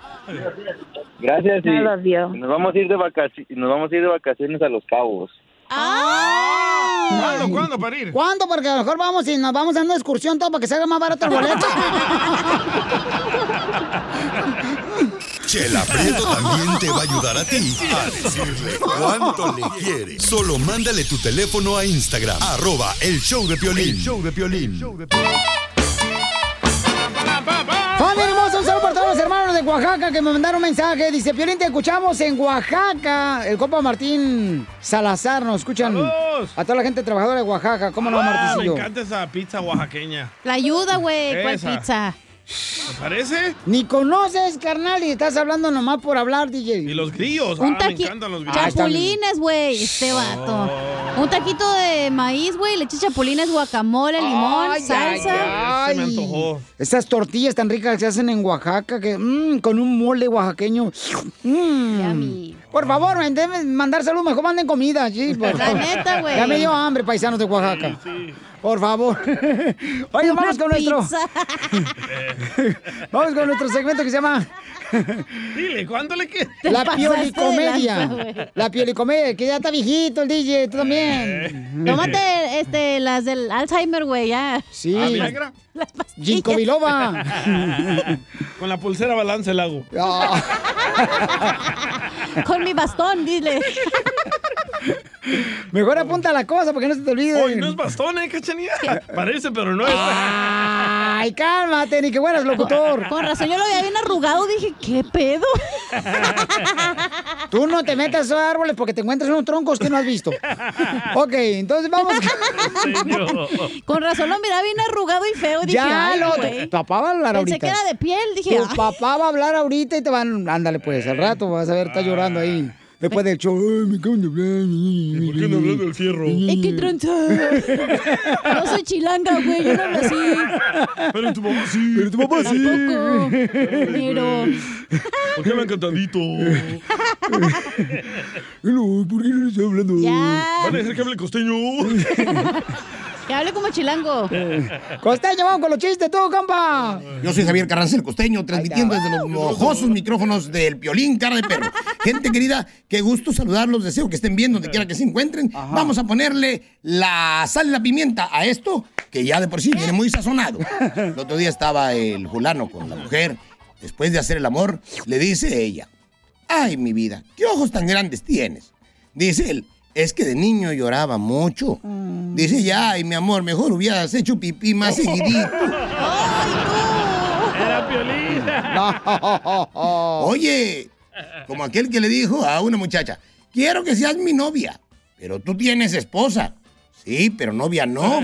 S25: Gracias y
S30: I love you.
S25: nos vamos a ir de vacaciones, nos vamos a ir de vacaciones a Los Cabos.
S2: ¿Cuándo,
S3: cuándo para ir?
S2: ¿Cuándo? Porque a lo mejor vamos y nos vamos a una excursión todo para que salga más barato el boleto.
S9: Chela Prieto también te va a ayudar a ti a decirle cuánto le quieres. Solo mándale tu teléfono a Instagram, arroba el show de Piolín. show de Piolín.
S2: Familia hermosa, un saludo para todos los hermanos de Oaxaca que me mandaron un mensaje. Dice, Piolín, te escuchamos en Oaxaca. El compa Martín Salazar nos escuchan. A toda la gente trabajadora de Oaxaca. ¿Cómo no,
S3: Ah, me
S2: Martincillo?
S3: encanta esa pizza oaxaqueña.
S10: La ayuda, güey. ¿Cuál
S3: Esa.
S10: pizza?
S3: ¿Te parece?
S2: Ni conoces, carnal, y estás hablando nomás por hablar, DJ.
S3: Y los grillos. ah,
S10: Un
S3: me
S10: taquito.
S3: encantan los grillos.
S10: Chapulines, güey. Este vato.
S2: Oh.
S10: Un taquito de maíz, güey. Le eches chapulines, guacamole, limón,
S2: Ay,
S10: salsa.
S2: ay, ay. Esas tortillas tan ricas que se hacen en Oaxaca, que mm, con un mole oaxaqueño. Mm. Por favor, man, deben mandar salud, mejor manden comida. Sí, por
S10: La
S2: favor.
S10: neta, güey.
S2: Ya me dio hambre, paisanos de Oaxaca. Por favor. Oye, vamos con nuestro. vamos con nuestro segmento que se llama
S3: Dile, ¿cuánto le queda?
S2: La Piolicomedia. La Piolicomedia, que ya está viejito el DJ, tú
S3: Eh.
S2: también.
S10: Tómate este, las del Alzheimer, güey, ya.
S2: Sí.
S3: ¿Ah, Viagra?
S10: Las pastillas.
S2: Ginkgo biloba. Ah.
S3: Con la pulsera balance el lago.
S10: Con mi bastón, dile.
S2: Mejor apunta la cosa porque no se te olvide.
S3: Hoy no es bastón, ¿eh, cachanilla? Parece, pero no es.
S2: Ah. Ay, cálmate, ni que fueras locutor.
S10: Con razón, yo lo veía bien arrugado, dije, ¿qué pedo?
S2: Tú no te metas a árboles porque te encuentras unos troncos que no has visto. Ok, entonces vamos.
S10: Con razón lo miraba bien arrugado y feo, dije,
S2: ya
S10: "Ay,
S2: lo.
S10: güey".
S2: Tu papá va a hablar
S10: Pensé
S2: ahorita.
S10: que era de piel, dije,
S2: Tu
S10: "Ay".
S2: papá va a hablar ahorita y te van. Ándale, pues, al rato vas a ver, está llorando ahí. Después del show, ay, me acaban de hablar. ¿Por qué no hablan del fierro?
S10: Es que tronza. No soy chilanga, güey, yo no hablo así.
S3: Pero tu mamá sí.
S2: Pero tu mamá sí.
S10: Pero.
S3: ¿Por qué hablan cantadito?
S2: No, ¿por qué no estoy hablando?
S10: Ya.
S3: Van a decir que hable costeño.
S10: Que hable como chilango.
S2: Costeño, vamos con los chistes, todo, compa.
S1: Yo soy Javier Carranza el Costeño, transmitiendo desde los mojosos micrófonos del Piolín Cara de Perro. Gente querida, qué gusto saludarlos, deseo que estén bien donde quiera que se encuentren. Vamos a ponerle la sal y la pimienta a esto, que ya de por sí viene muy sazonado. El otro día estaba el fulano con la mujer, después de hacer el amor, le dice ella, ay mi vida, qué ojos tan grandes tienes. Dice él, es que de niño lloraba mucho. Dice ella, ay mi amor, mejor hubieras hecho pipí más seguidito.
S3: Era piolín.
S1: Oye, como aquel que le dijo a una muchacha, quiero que seas mi novia, pero tú tienes esposa. Sí, pero novia no. O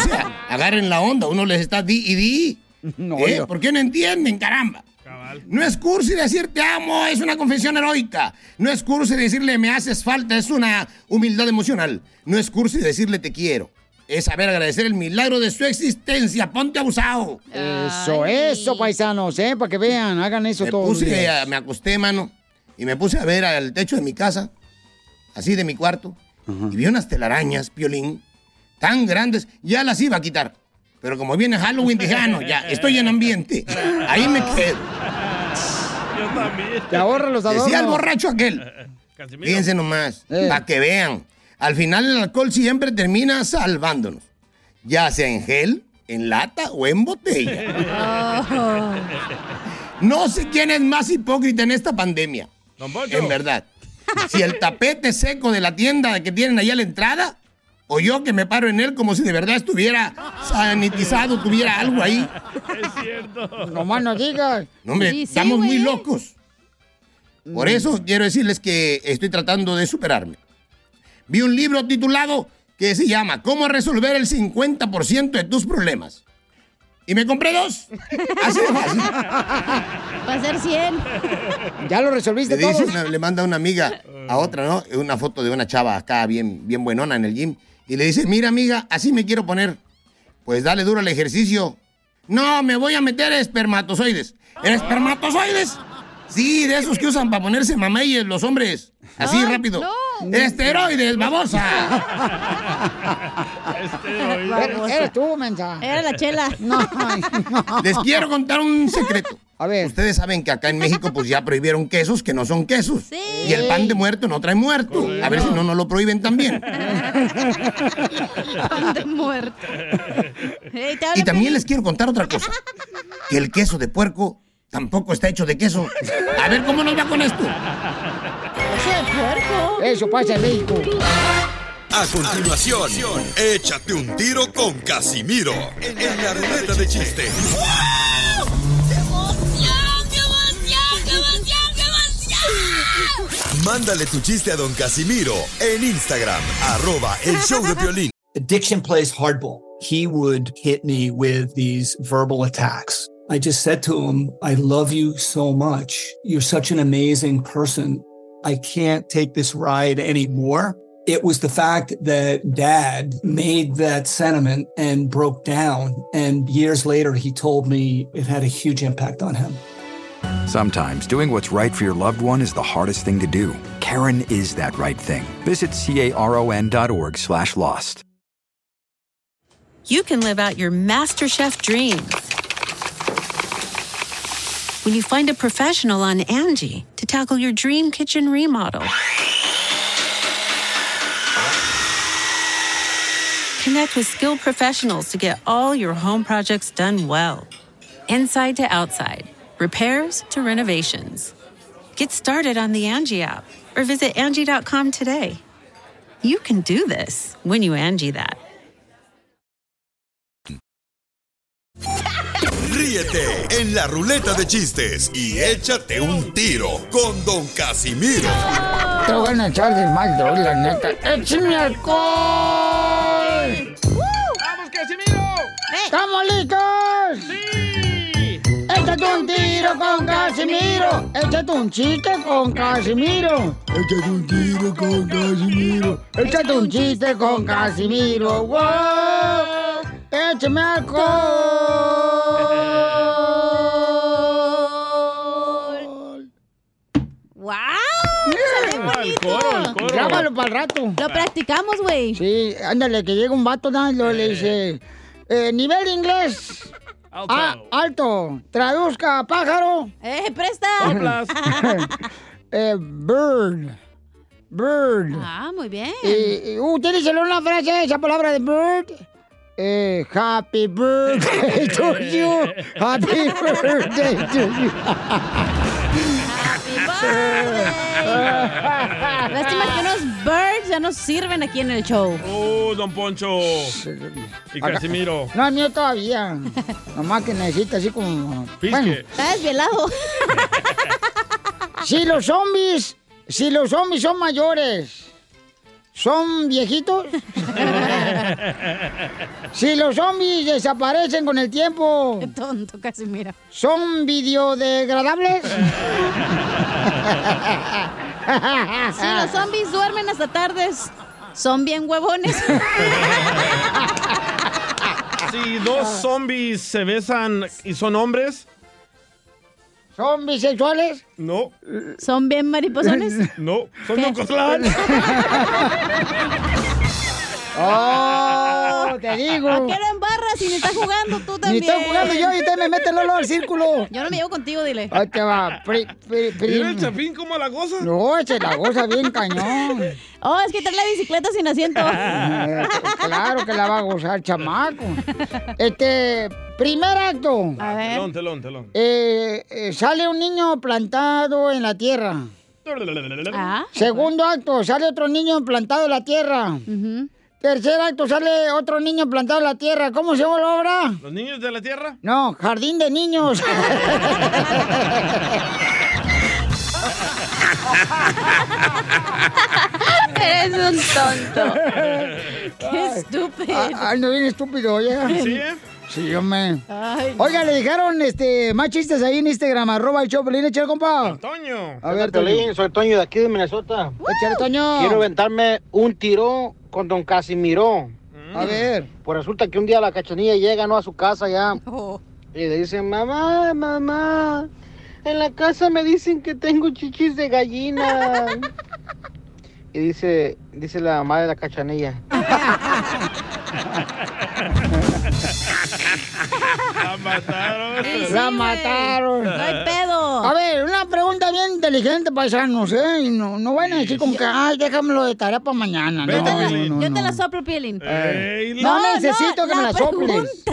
S1: sea, agarren la onda, uno les está di y di. ¿Eh?
S2: yo.
S1: ¿Por qué no entienden, caramba? No es cursi decir te amo, es una confesión heroica. No es cursi decirle me haces falta, es una humildad emocional. No es cursi decirle te quiero. Es saber agradecer el milagro de su existencia. Ponte abusado.
S2: Eso, eso, paisanos, ¿eh? Para que vean, hagan eso
S1: me
S2: todo.
S1: puse, a- me acosté, mano, y me puse a ver al techo de mi casa, así de mi cuarto, y vi unas telarañas, piolín, tan grandes, ya las iba a quitar. Pero como viene Halloween, dije, ah, no, ya, estoy en ambiente. Ahí me quedo.
S3: Yo también.
S1: Te ahorra los adornos. Decía el borracho aquel.
S3: Casimiro.
S1: Fíjense nomás,
S2: Eh.
S1: para que vean. Al final el alcohol siempre termina salvándonos. Ya sea en gel, en lata o en botella. No sé quién es más hipócrita en esta pandemia. En verdad. Si el tapete seco de la tienda que tienen ahí a la entrada, o yo que me paro en él como si de verdad estuviera sanitizado, tuviera algo ahí.
S3: Es cierto.
S2: Nomás no digas.
S1: No, hombre, estamos muy locos. Por
S2: Mm.
S1: eso quiero decirles que estoy tratando de superarme. Vi un libro titulado que se llama Cómo resolver el 50% de tus problemas. Y me compré dos. Así de fácil.
S10: Va a ser 100.
S2: Ya lo resolviste
S1: le dice
S10: todo.
S1: una- le manda una amiga a otra, ¿no? Una foto de una chava acá bien, bien buenona en el gym. Y le dice, mira amiga, así me quiero poner. Pues dale duro al ejercicio. No, me voy a meter espermatozoides. ¿Espermatozoides? Sí, de esos que usan para ponerse mameyes los hombres. Así
S31: Ay,
S1: rápido.
S31: no.
S1: Esteroides, babosa.
S2: Eres eres tú, mensa.
S10: Era la chela.
S2: No, ay, no.
S1: Les quiero contar un secreto.
S2: A ver.
S1: Ustedes saben que acá en México pues ya prohibieron quesos que no son quesos. Y el pan de muerto no trae muerto. A ver si no, no lo prohíben también.
S10: Pan de muerto. Ey, te
S1: Y
S10: habla
S1: también les quiero contar otra cosa. Que el queso de puerco tampoco está hecho de queso. A ver cómo nos va con esto.
S2: Eso pasa en México.
S9: A continuación, échate un tiro con Casimiro en la ruleta de chiste. Mándale tu chiste a don Casimiro en Instagram, arroba el show de violín.
S21: Addiction plays hardball. He would hit me with these verbal attacks. I just said to him, I love you so much. You're such an amazing person. I can't take this ride anymore. It was the fact that dad made that sentiment and broke down. And years later, he told me it had a huge impact on him.
S26: Sometimes doing what's right for your loved one is the hardest thing to do. Karen is that right thing. Visit caron.org slash lost.
S32: you can live out your MasterChef dreams. When you find a professional on Angie to tackle your dream kitchen remodel, connect with skilled professionals to get all your home projects done well. Inside to outside, repairs to renovations. Get started on the Angie app or visit Angie.com today. You can do this when you Angie that.
S9: Ríete en la ruleta de chistes y échate un tiro con don Casimiro.
S2: Te voy a echar de mal, doy, la neta. ¡Échame alcohol!
S3: ¡Vamos, Casimiro!
S2: ¡Estamos listos! ¡Sí! Échate un tiro con Casimiro. Échate un chiste con Casimiro. Échate un tiro con Casimiro. Échate un chiste con Casimiro. ¡Wow! ¡Échame alcohol!
S10: ¡Wow!
S2: Grábalo para el rato.
S10: Lo practicamos, güey.
S2: Sí, ándale, que llega un vato, ¿no? Y luego le dice, eh, nivel de inglés.
S10: Alto.
S2: Ah, alto. Traduzca, pájaro.
S10: ¡Eh, presta!
S2: Eh, bird. Bird.
S10: ah, muy bien.
S2: Y, y utilícelo en la frase, esa palabra de bird. Eh, happy birthday to you. Happy birthday to you.
S10: Lástima que unos birds ya no sirven aquí en el show.
S3: ¡Oh, don Poncho! Y Casimiro.
S2: No, el mío todavía. Nomás que necesita así como. Bueno,
S10: Está desvelado.
S2: si los zombies, si los zombies son mayores, ¿son viejitos? si los zombies desaparecen con el tiempo,
S10: Qué tonto, Casimiro.
S2: ¿son videodegradables?
S10: Si los zombies duermen hasta tardes, son bien huevones.
S3: Si
S10: Ah.
S3: dos zombies se besan y son hombres,
S2: ¿Son bisexuales?
S3: no.
S10: ¿Son bien mariposones?
S3: No, son
S10: ¿Qué?
S3: Nocotlán.
S2: ¡Oh! Te digo.
S10: ¿A qué lo embarras si ni estás jugando tú
S2: Ni
S10: también?
S2: estoy jugando yo y usted me mete el olor al círculo.
S10: Yo no me llevo contigo, dile.
S2: Ahí te va. Pri, pri, pri-
S3: Mira el chapín cómo la goza.
S2: No, se la goza bien cañón.
S10: Oh, es que trae la bicicleta sin asiento.
S2: Eh, claro que la va a gozar, chamaco. Este, primer acto.
S3: Telón, telón, telón.
S2: Eh, eh, sale un niño plantado en la tierra.
S10: ¿Ah?
S2: Ah. Segundo acto, sale otro niño plantado en la tierra. Tercer acto, sale otro niño plantado en la tierra. ¿Cómo se llama la obra?
S3: ¿Los niños de la tierra?
S2: No, jardín de niños.
S11: ¿Ah?
S10: Eres un tonto. Qué estúpido.
S2: Ando bien estúpido, oye.
S10: ¿Sí, eh?
S2: Sí, hombre.
S10: Ay, no.
S2: Oiga, le dejaron este, más chistes ahí en Instagram, arroba el show, Pelín, échale, compa.
S3: Toño.
S2: A ver,
S4: Piolín, soy Toño de aquí de Minnesota.
S2: Échale, Toño.
S4: Quiero aventarme un tirón con don Casimiro.
S2: Mm. A ver.
S4: Pues resulta que un día la cachanilla llega, ¿no? A su casa ya.
S2: Oh.
S4: Y le dice, mamá, mamá, en la casa me dicen que tengo chichis de gallina. y dice, dice la mamá de la cachanilla.
S2: La mataron. A ver, una pregunta bien inteligente, paisanos, ¿eh? Y No, no van a decir como que, ay, déjamelo de tarea para mañana. No,
S10: Yo te la,
S2: no, no,
S10: yo te
S2: no.
S10: la soplo, Pielín.
S2: Ey, No la- necesito que me la
S10: pues,
S2: soples.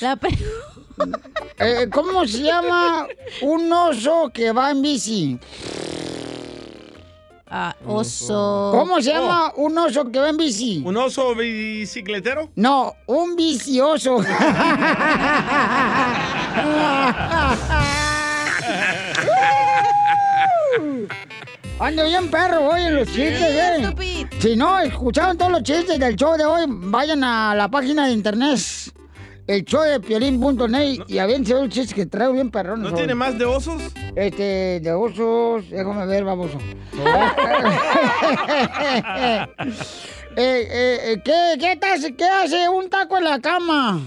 S10: La pregunta.
S2: Eh, ¿Cómo se llama un oso que va en bici?
S10: Ah, oso. Oh,
S2: ¿Cómo se llama un oso que va en bici?
S3: ¿Un oso bicicletero?
S2: No, un vicioso. Ando bien perro hoy en los chistes, eh. Si no escucharon todos los chistes del show de hoy, vayan a la página de internet, el show de piolín.net y aviénse un chiste que traigo bien perrón.
S3: ¿No
S2: hoy.
S3: tiene más de osos?
S2: Este, de osos, déjame ver, baboso.
S3: Oh.
S2: Eh, eh, eh, ¿qué, qué, te hace- qué hace un taco en la cama?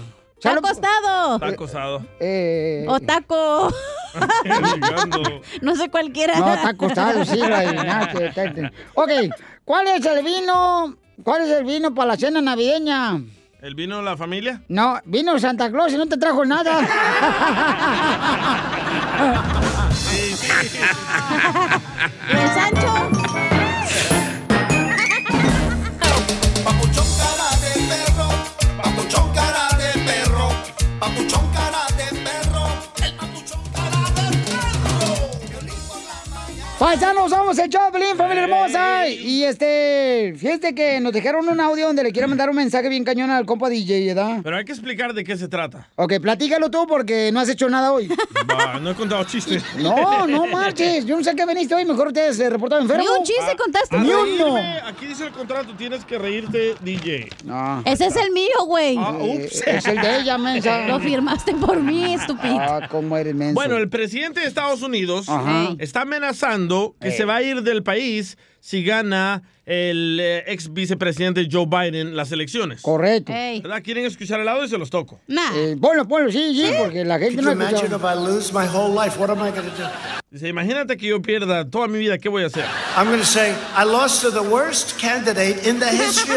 S3: Ah,
S10: Está acostado.
S3: Está acosado.
S2: Eh,
S10: O taco. no sé cualquiera.
S2: No, está acostado, sí, lo adivinaste, está- está- Ok, ¿cuál es el vino? ¿Cuál es el vino para la cena navideña?
S3: ¿El vino de la familia?
S2: No, vino Santa Claus y no te trajo nada.
S3: Sí, sí.
S10: el Sancho?
S11: Papuchón cara de perro, papuchón cara de perro, el papuchón cara de perro.
S2: Paisanos, somos el Choplin, familia hermosa. Y este, fíjate que nos dejaron un audio donde le quiero mandar un mensaje bien cañón al compa DJ, ¿verdad?
S3: Pero hay que explicar de qué se trata.
S2: Ok, platícalo tú porque no has hecho nada hoy.
S3: Va, no he contado chistes.
S2: No, no marches. Yo no sé qué veniste hoy. Mejor ustedes se reportaron enfermo.
S3: Ah,
S2: Ah.
S3: A
S2: Ni uno.
S3: reírme, Aquí dice el contrato, tienes que reírte, DJ.
S2: No.
S10: Ese es el mío, güey.
S3: Ah, ups.
S2: Eh, Es el de ella, mensa.
S10: Lo firmaste por mí, estúpido.
S2: Ah, cómo eres menso.
S3: Bueno, el presidente de Estados Unidos
S2: Ajá. Ey.
S3: está amenazando que
S2: Ey.
S3: se va a ir del país si gana el eh, ex vicepresidente Joe Biden las elecciones.
S2: Correcto.
S3: ¿Verdad? ¿Quieren escuchar el audio? Se los toco.
S2: Eh, ponlo, ponlo, sí, sí, porque la gente
S3: Could
S2: no
S3: you
S2: escucha.
S3: imagine Dice, imagínate que yo pierda toda mi vida, ¿qué voy a hacer?
S26: I'm going to say, I lost to the worst candidate in the history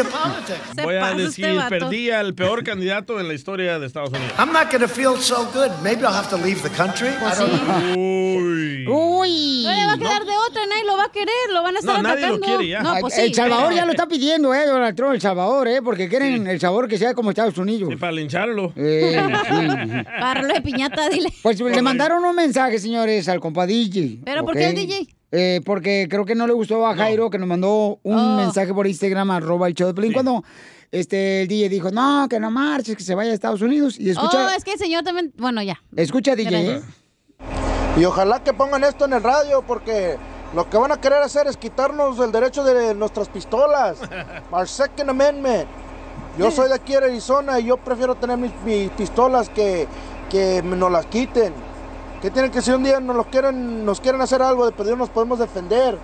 S26: of politics.
S3: Voy a
S2: este
S3: decir, perdí al peor candidato en la historia de Estados Unidos.
S26: I'm not going to feel so good. Maybe I'll have to leave the country. I don't know.
S3: Uy.
S2: Uy.
S10: No le va a quedar de otra, nadie lo va a querer, lo van a estar atacando. No, pues sí.
S2: El Salvador ya lo está pidiendo, eh, Donald Trump, El Salvador, eh, porque quieren El Salvador que sea como Estados Unidos. Eh,
S3: para lincharlo.
S10: Parlo de piñata, dile.
S2: Pues le mandaron un mensaje, señores, al compa DJ.
S10: ¿Pero por
S2: ¿ok?
S10: qué al DJ?
S2: Eh, porque creo que no le gustó a Jairo que nos mandó un
S10: Oh.
S2: mensaje por Instagram, arroba el show de Piolín, cuando este, el DJ dijo, no, que no marches, que se vaya a Estados Unidos. Y escucha, Eh,
S10: Oh, es que el señor también. Bueno, ya.
S2: escucha DJ.
S10: Gracias.
S4: Y ojalá que pongan esto en el radio porque lo que van a querer hacer es quitarnos el derecho de nuestras pistolas. Our Second Amendment. Yo soy de aquí de Arizona y yo prefiero tener mis, mis pistolas que, que nos las quiten. Que tienen que si un día nos, los quieren, nos quieren hacer algo de perdido nos podemos defender.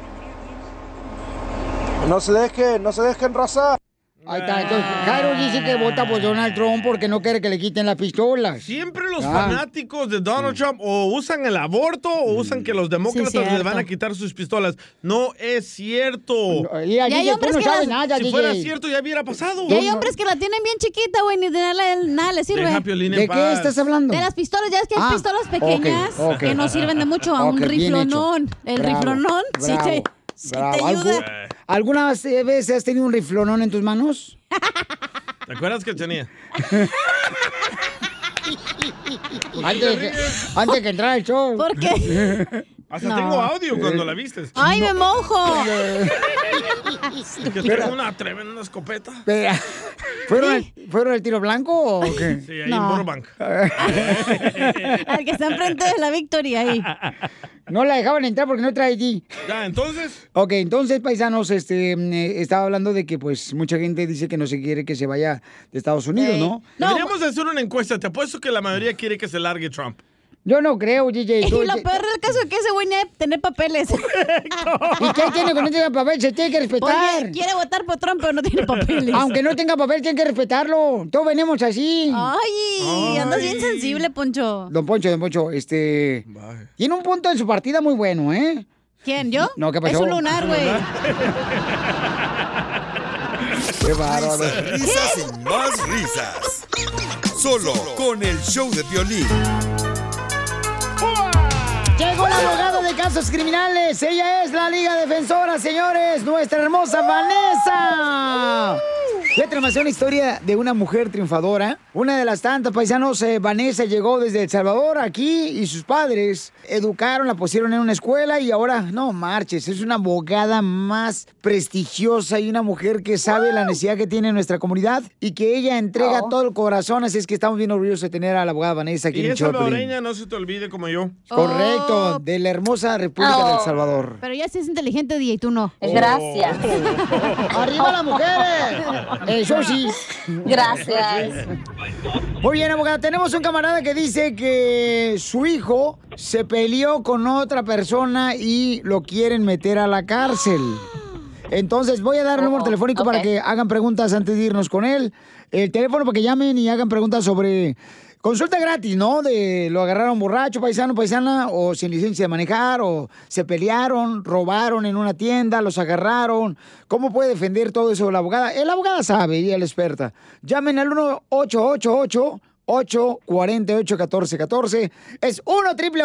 S4: No se dejen, no se dejen raza.
S2: Ahí está, entonces Jairo dice que vota por Donald Trump porque no quiere que le quiten las pistolas.
S3: Siempre los
S2: Ah.
S3: fanáticos de Donald Trump o usan el aborto o usan que los demócratas les
S2: cierto.
S3: van a quitar sus pistolas. No es cierto.
S2: Y hay DJ, tú hombres no que sabes las- nada,
S3: Si
S2: DJ.
S3: fuera cierto, ya hubiera pasado.
S10: Y hay hombres que la tienen bien chiquita, güey, ni de nada, le- nada le sirve.
S3: Deja a Piolín en ¿De qué paz. estás
S2: hablando?
S10: De las pistolas, ya es que hay
S3: Ah,
S10: pistolas pequeñas
S3: ok, ok.
S10: que no sirven de mucho a un
S2: Ok, bien
S10: riflonón.
S2: hecho.
S10: El
S2: Bravo,
S10: riflonón sí
S2: bravo,
S10: te, sí te
S2: bravo. ¿Algu-
S3: Eh,
S10: ayuda.
S2: ¿Alguna vez has tenido un riflonón en tus manos?
S3: ¿Te acuerdas que tenía?
S2: Antes, que- antes que entrara el show. ¿Por
S10: qué?
S3: Hasta tengo audio cuando la viste.
S10: ¡Ay, me mojo!
S3: Que tengo una tremenda escopeta.
S2: Espera. ¿Fueron, al, ¿Fueron al tiro blanco o qué?
S3: Sí, ahí en Burbank.
S10: Al que está enfrente de la victoria ahí.
S2: No la dejaban entrar porque no trae ID.
S3: Ya, entonces.
S2: Ok, entonces, paisanos, este, mm, eh, estaba hablando de que pues mucha gente dice que no se quiere que se vaya de Estados Unidos, ¿no?
S3: Deberíamos hacer una encuesta. Te apuesto que la mayoría quiere que se largue Trump.
S2: Yo no creo, DJ.
S10: Y
S2: tú-
S10: lo peor del caso es que ese güey ni ha de tener papeles.
S2: ¿Y qué tiene con este papel? Se tiene que respetar.
S10: Porque quiere votar por Trump, pero no tiene papeles.
S2: Aunque no tenga papel, tiene que respetarlo. Todos venimos así.
S10: Ay, andas bien sensible, Poncho.
S2: Don Poncho, Don Poncho, este... Tiene un punto en su partida muy bueno, ¿eh?
S10: ¿Quién, yo?
S2: No, ¿qué pasó?
S10: Es un lunar, güey.
S2: Qué bárbaro.
S9: Risas, risas y más risas. Solo con el show de violín.
S2: Llegó la abogada de casos criminales. Ella es la Liga Defensora, señores. Nuestra hermosa Vanessa. Ya tenemos una historia de una mujer triunfadora. Una de las tantas paisanos, eh, Vanessa, llegó desde El Salvador aquí y sus padres educaron, la pusieron en una escuela y ahora, no marches, es una abogada más prestigiosa y una mujer que sabe la necesidad que tiene nuestra comunidad y que ella entrega todo el corazón. Así es que estamos bien orgullosos de tener a la abogada Vanessa aquí
S3: Y
S2: en el
S3: es
S2: show de Piolín.
S3: salvadoreña, no se te olvide como yo.
S2: Correcto, de la hermosa República
S10: Oh.
S2: del Salvador. Oh.
S10: Pero ya sí es inteligente, DJ, tú no.
S2: Gracias.
S10: ¡Arriba las mujeres!
S2: Eh, yo sí.
S27: Gracias.
S2: Muy bien, abogada. Tenemos un camarada que dice que su hijo se peleó con otra persona y lo quieren meter a la cárcel. Entonces voy a dar el número telefónico para que hagan preguntas antes de irnos con él. El teléfono para que llamen y hagan preguntas sobre consulta gratis, ¿no? De lo agarraron borracho, paisano, paisana, o sin licencia de manejar, o se pelearon, robaron en una tienda, los agarraron. ¿Cómo puede defender todo eso la abogada? El abogada sabe y es la experta. Llamen al 1888 848 1414 Es 1 triple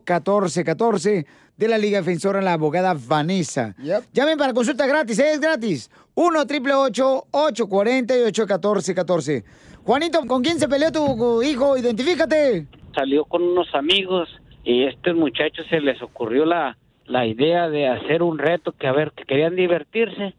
S2: 848-1414 de la Liga Defensora, la abogada Vanessa. Llamen para consulta gratis, ¿eh? es gratis. 1 triple 848 1414 Juanito, ¿con quién se peleó tu cu- hijo? Identifícate.
S33: salió con unos amigos y estos muchachos se les ocurrió la, la idea de hacer un reto que a ver que querían divertirse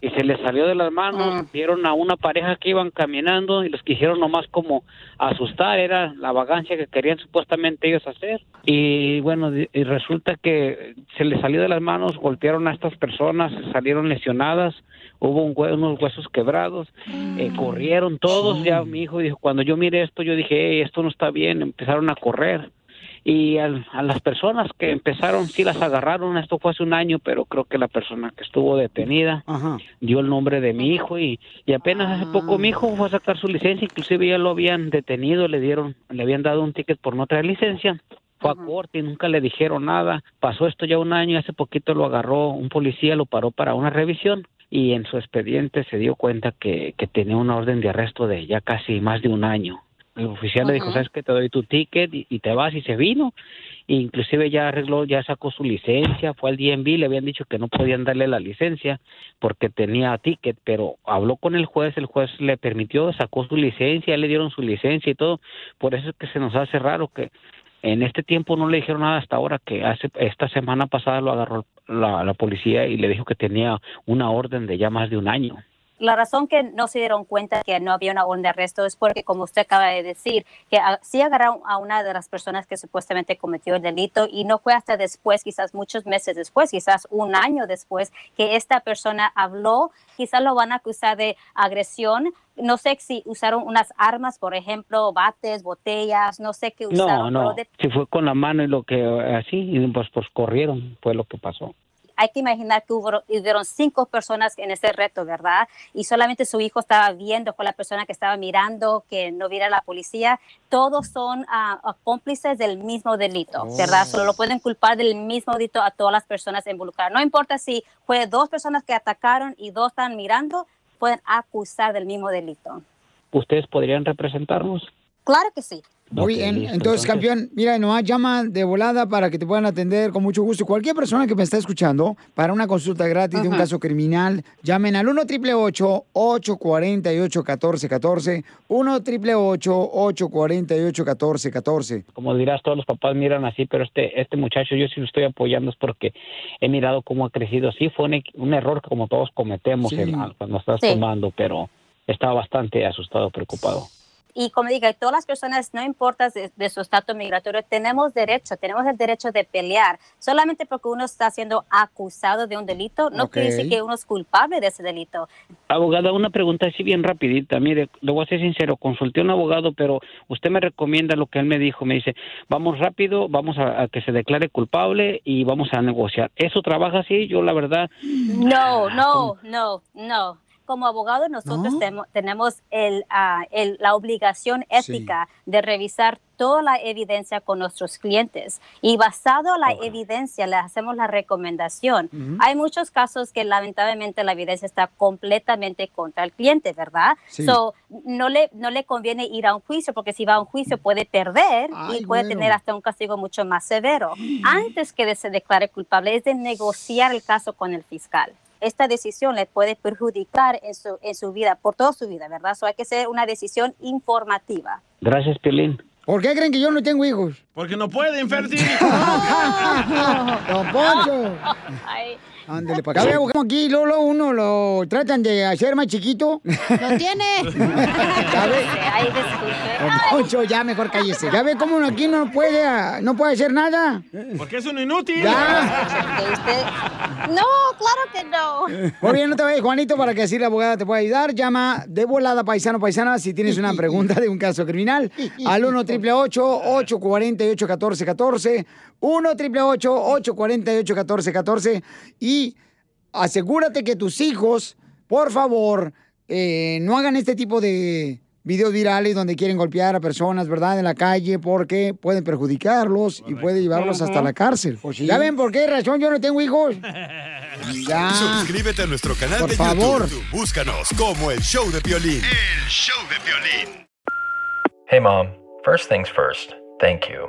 S33: y se les salió de las manos, vieron a una pareja que iban caminando y los quisieron nomás como asustar, era la vagancia que querían supuestamente ellos hacer y bueno, di- y resulta que se les salió de las manos, golpearon a estas personas, salieron lesionadas, hubo un hue- unos huesos quebrados, eh, corrieron todos, ya mi hijo dijo, cuando yo miré esto, yo dije, "Ey, esto no está bien, empezaron a correr. Y al- a las personas que empezaron, sí las agarraron, esto fue hace un año, pero creo que la persona que estuvo detenida dio el nombre de mi hijo y, y apenas hace poco mi hijo fue a sacar su licencia, inclusive ya lo habían detenido, le dieron, le habían dado un ticket por no traer licencia. Fue a corte y nunca le dijeron nada. Pasó esto ya un año y hace poquito lo agarró un policía, lo paró para una revisión y en su expediente se dio cuenta que, que tenía una orden de arresto de ya casi más de un año. El oficial le dijo,
S4: Ajá.
S33: ¿sabes que Te doy tu ticket y, y te vas y se vino. Inclusive ya arregló, ya sacó su licencia, fue al DMV, le habían dicho que no podían darle la licencia porque tenía ticket, pero habló con el juez, el juez le permitió, sacó su licencia, ya le dieron su licencia y todo. Por eso es que se nos hace raro que en este tiempo no le dijeron nada hasta ahora que hace esta semana pasada lo agarró la, la policía y le dijo que tenía una orden de ya más de un año.
S27: La razón que no se dieron cuenta que no había una orden de arresto es porque, como usted acaba de decir, que a- sí agarraron a una de las personas que supuestamente cometió el delito y no fue hasta después, quizás muchos meses después, quizás un año después, que esta persona habló. Quizás lo van a acusar de agresión. No sé si usaron unas armas, por ejemplo, bates, botellas, no sé qué
S33: No,
S27: usaron. pero
S33: no,
S27: de-
S33: si fue con la mano y lo que así, y pues, pues corrieron, fue lo que pasó.
S27: hay que imaginar que hubo, hubieron cinco personas en ese reto, ¿verdad? Y solamente su hijo estaba viendo con la persona que estaba mirando, que no viera la policía. Todos son ah, ah, cómplices del mismo delito, ¿verdad? Solo lo pueden culpar del mismo delito a todas las personas involucradas. No importa si fue dos personas que atacaron y dos están mirando, pueden acusar del mismo delito.
S33: ¿Ustedes podrían representarnos?
S27: Claro que sí.
S2: Muy
S33: Ok,
S2: bien,
S33: listo,
S2: entonces,
S33: entonces.
S2: campeón, mira, nomás llama de volada para que te puedan atender con mucho gusto. Cualquier persona que me está escuchando para una consulta gratis de un
S27: Ajá.
S2: caso criminal, llamen al 1 triple 848 1414 1 triple 848 1414
S33: Como dirás, todos los papás miran así, pero este este muchacho yo sí lo estoy apoyando es porque he mirado cómo ha crecido. Sí, fue un, un error que como todos cometemos
S27: Sí.
S33: el- cuando estás
S27: Sí.
S33: tomando, pero estaba bastante asustado, preocupado.
S27: y como diga, todas las personas, no importa de, de su estatus migratorio, tenemos derecho, tenemos el derecho de pelear. Solamente porque uno está siendo acusado de un delito, no quiere
S33: Ok.
S27: decir que uno es culpable de ese delito.
S33: Abogada, una pregunta así bien rapidita. Mire, le voy a ser sincero, consulté a un abogado, pero usted me recomienda lo que él me dijo. Me dice, vamos rápido, vamos a, a que se declare culpable y
S10: Ah,
S33: vamos a negociar. ¿Eso trabaja así? Yo, la verdad,
S27: No, no, no, no. como abogados nosotros temo- tenemos el, ah, el- la obligación ética de revisar toda la evidencia con nuestros clientes y basado en la evidencia le hacemos la recomendación.
S10: Ujú.
S27: Hay muchos casos que lamentablemente la evidencia está completamente contra el cliente, ¿verdad?
S10: Sí.
S27: So, no le, no le conviene ir a un juicio porque si va a un juicio puede perder
S10: Ay,
S27: y puede
S10: bueno.
S27: tener hasta un castigo mucho más severo. Antes que de- se declare culpable es de negociar el caso con el fiscal. Esta decisión le puede perjudicar en su, en su vida, por toda su vida, ¿verdad? So, hay que ser una decisión informativa.
S34: Gracias, Piolín.
S2: ¿Por qué creen que yo no tengo hijos?
S3: Porque no puede, infértil.
S2: Don Poncho. Ándale, para acá. Vea, como aquí, luego, luego uno lo tratan de hacer más chiquito. ¡Lo tiene! Ya ve.
S27: Ahí disculpe.
S2: Don Poncho, ya mejor cállese. Ya ve cómo uno aquí no puede, ah, no puede hacer nada.
S3: Porque es un inútil.
S2: Ya.
S27: Este, No, claro que no.
S2: Muy bien, no te vayas, Juanito, para que así la abogada te pueda ayudar. Llama de volada, paisano, paisana, si tienes una pregunta de un caso criminal, al 1 888 848 1414 1 888 848 1414 y asegúrate que tus hijos, por favor, eh, no hagan este tipo de videos virales donde quieren golpear a personas, ¿verdad?, en la calle, porque pueden perjudicarlos y puede llevarlos hasta
S35: Ujú.
S2: la cárcel. ¿Ya ven por qué razón yo no tengo hijos? Ya.
S9: Suscríbete a nuestro canal
S2: Por
S9: de
S2: favor.
S9: YouTube. Búscanos como el show de Piolín. El show de Piolín.
S36: Hey, Mom. First things first, thank you.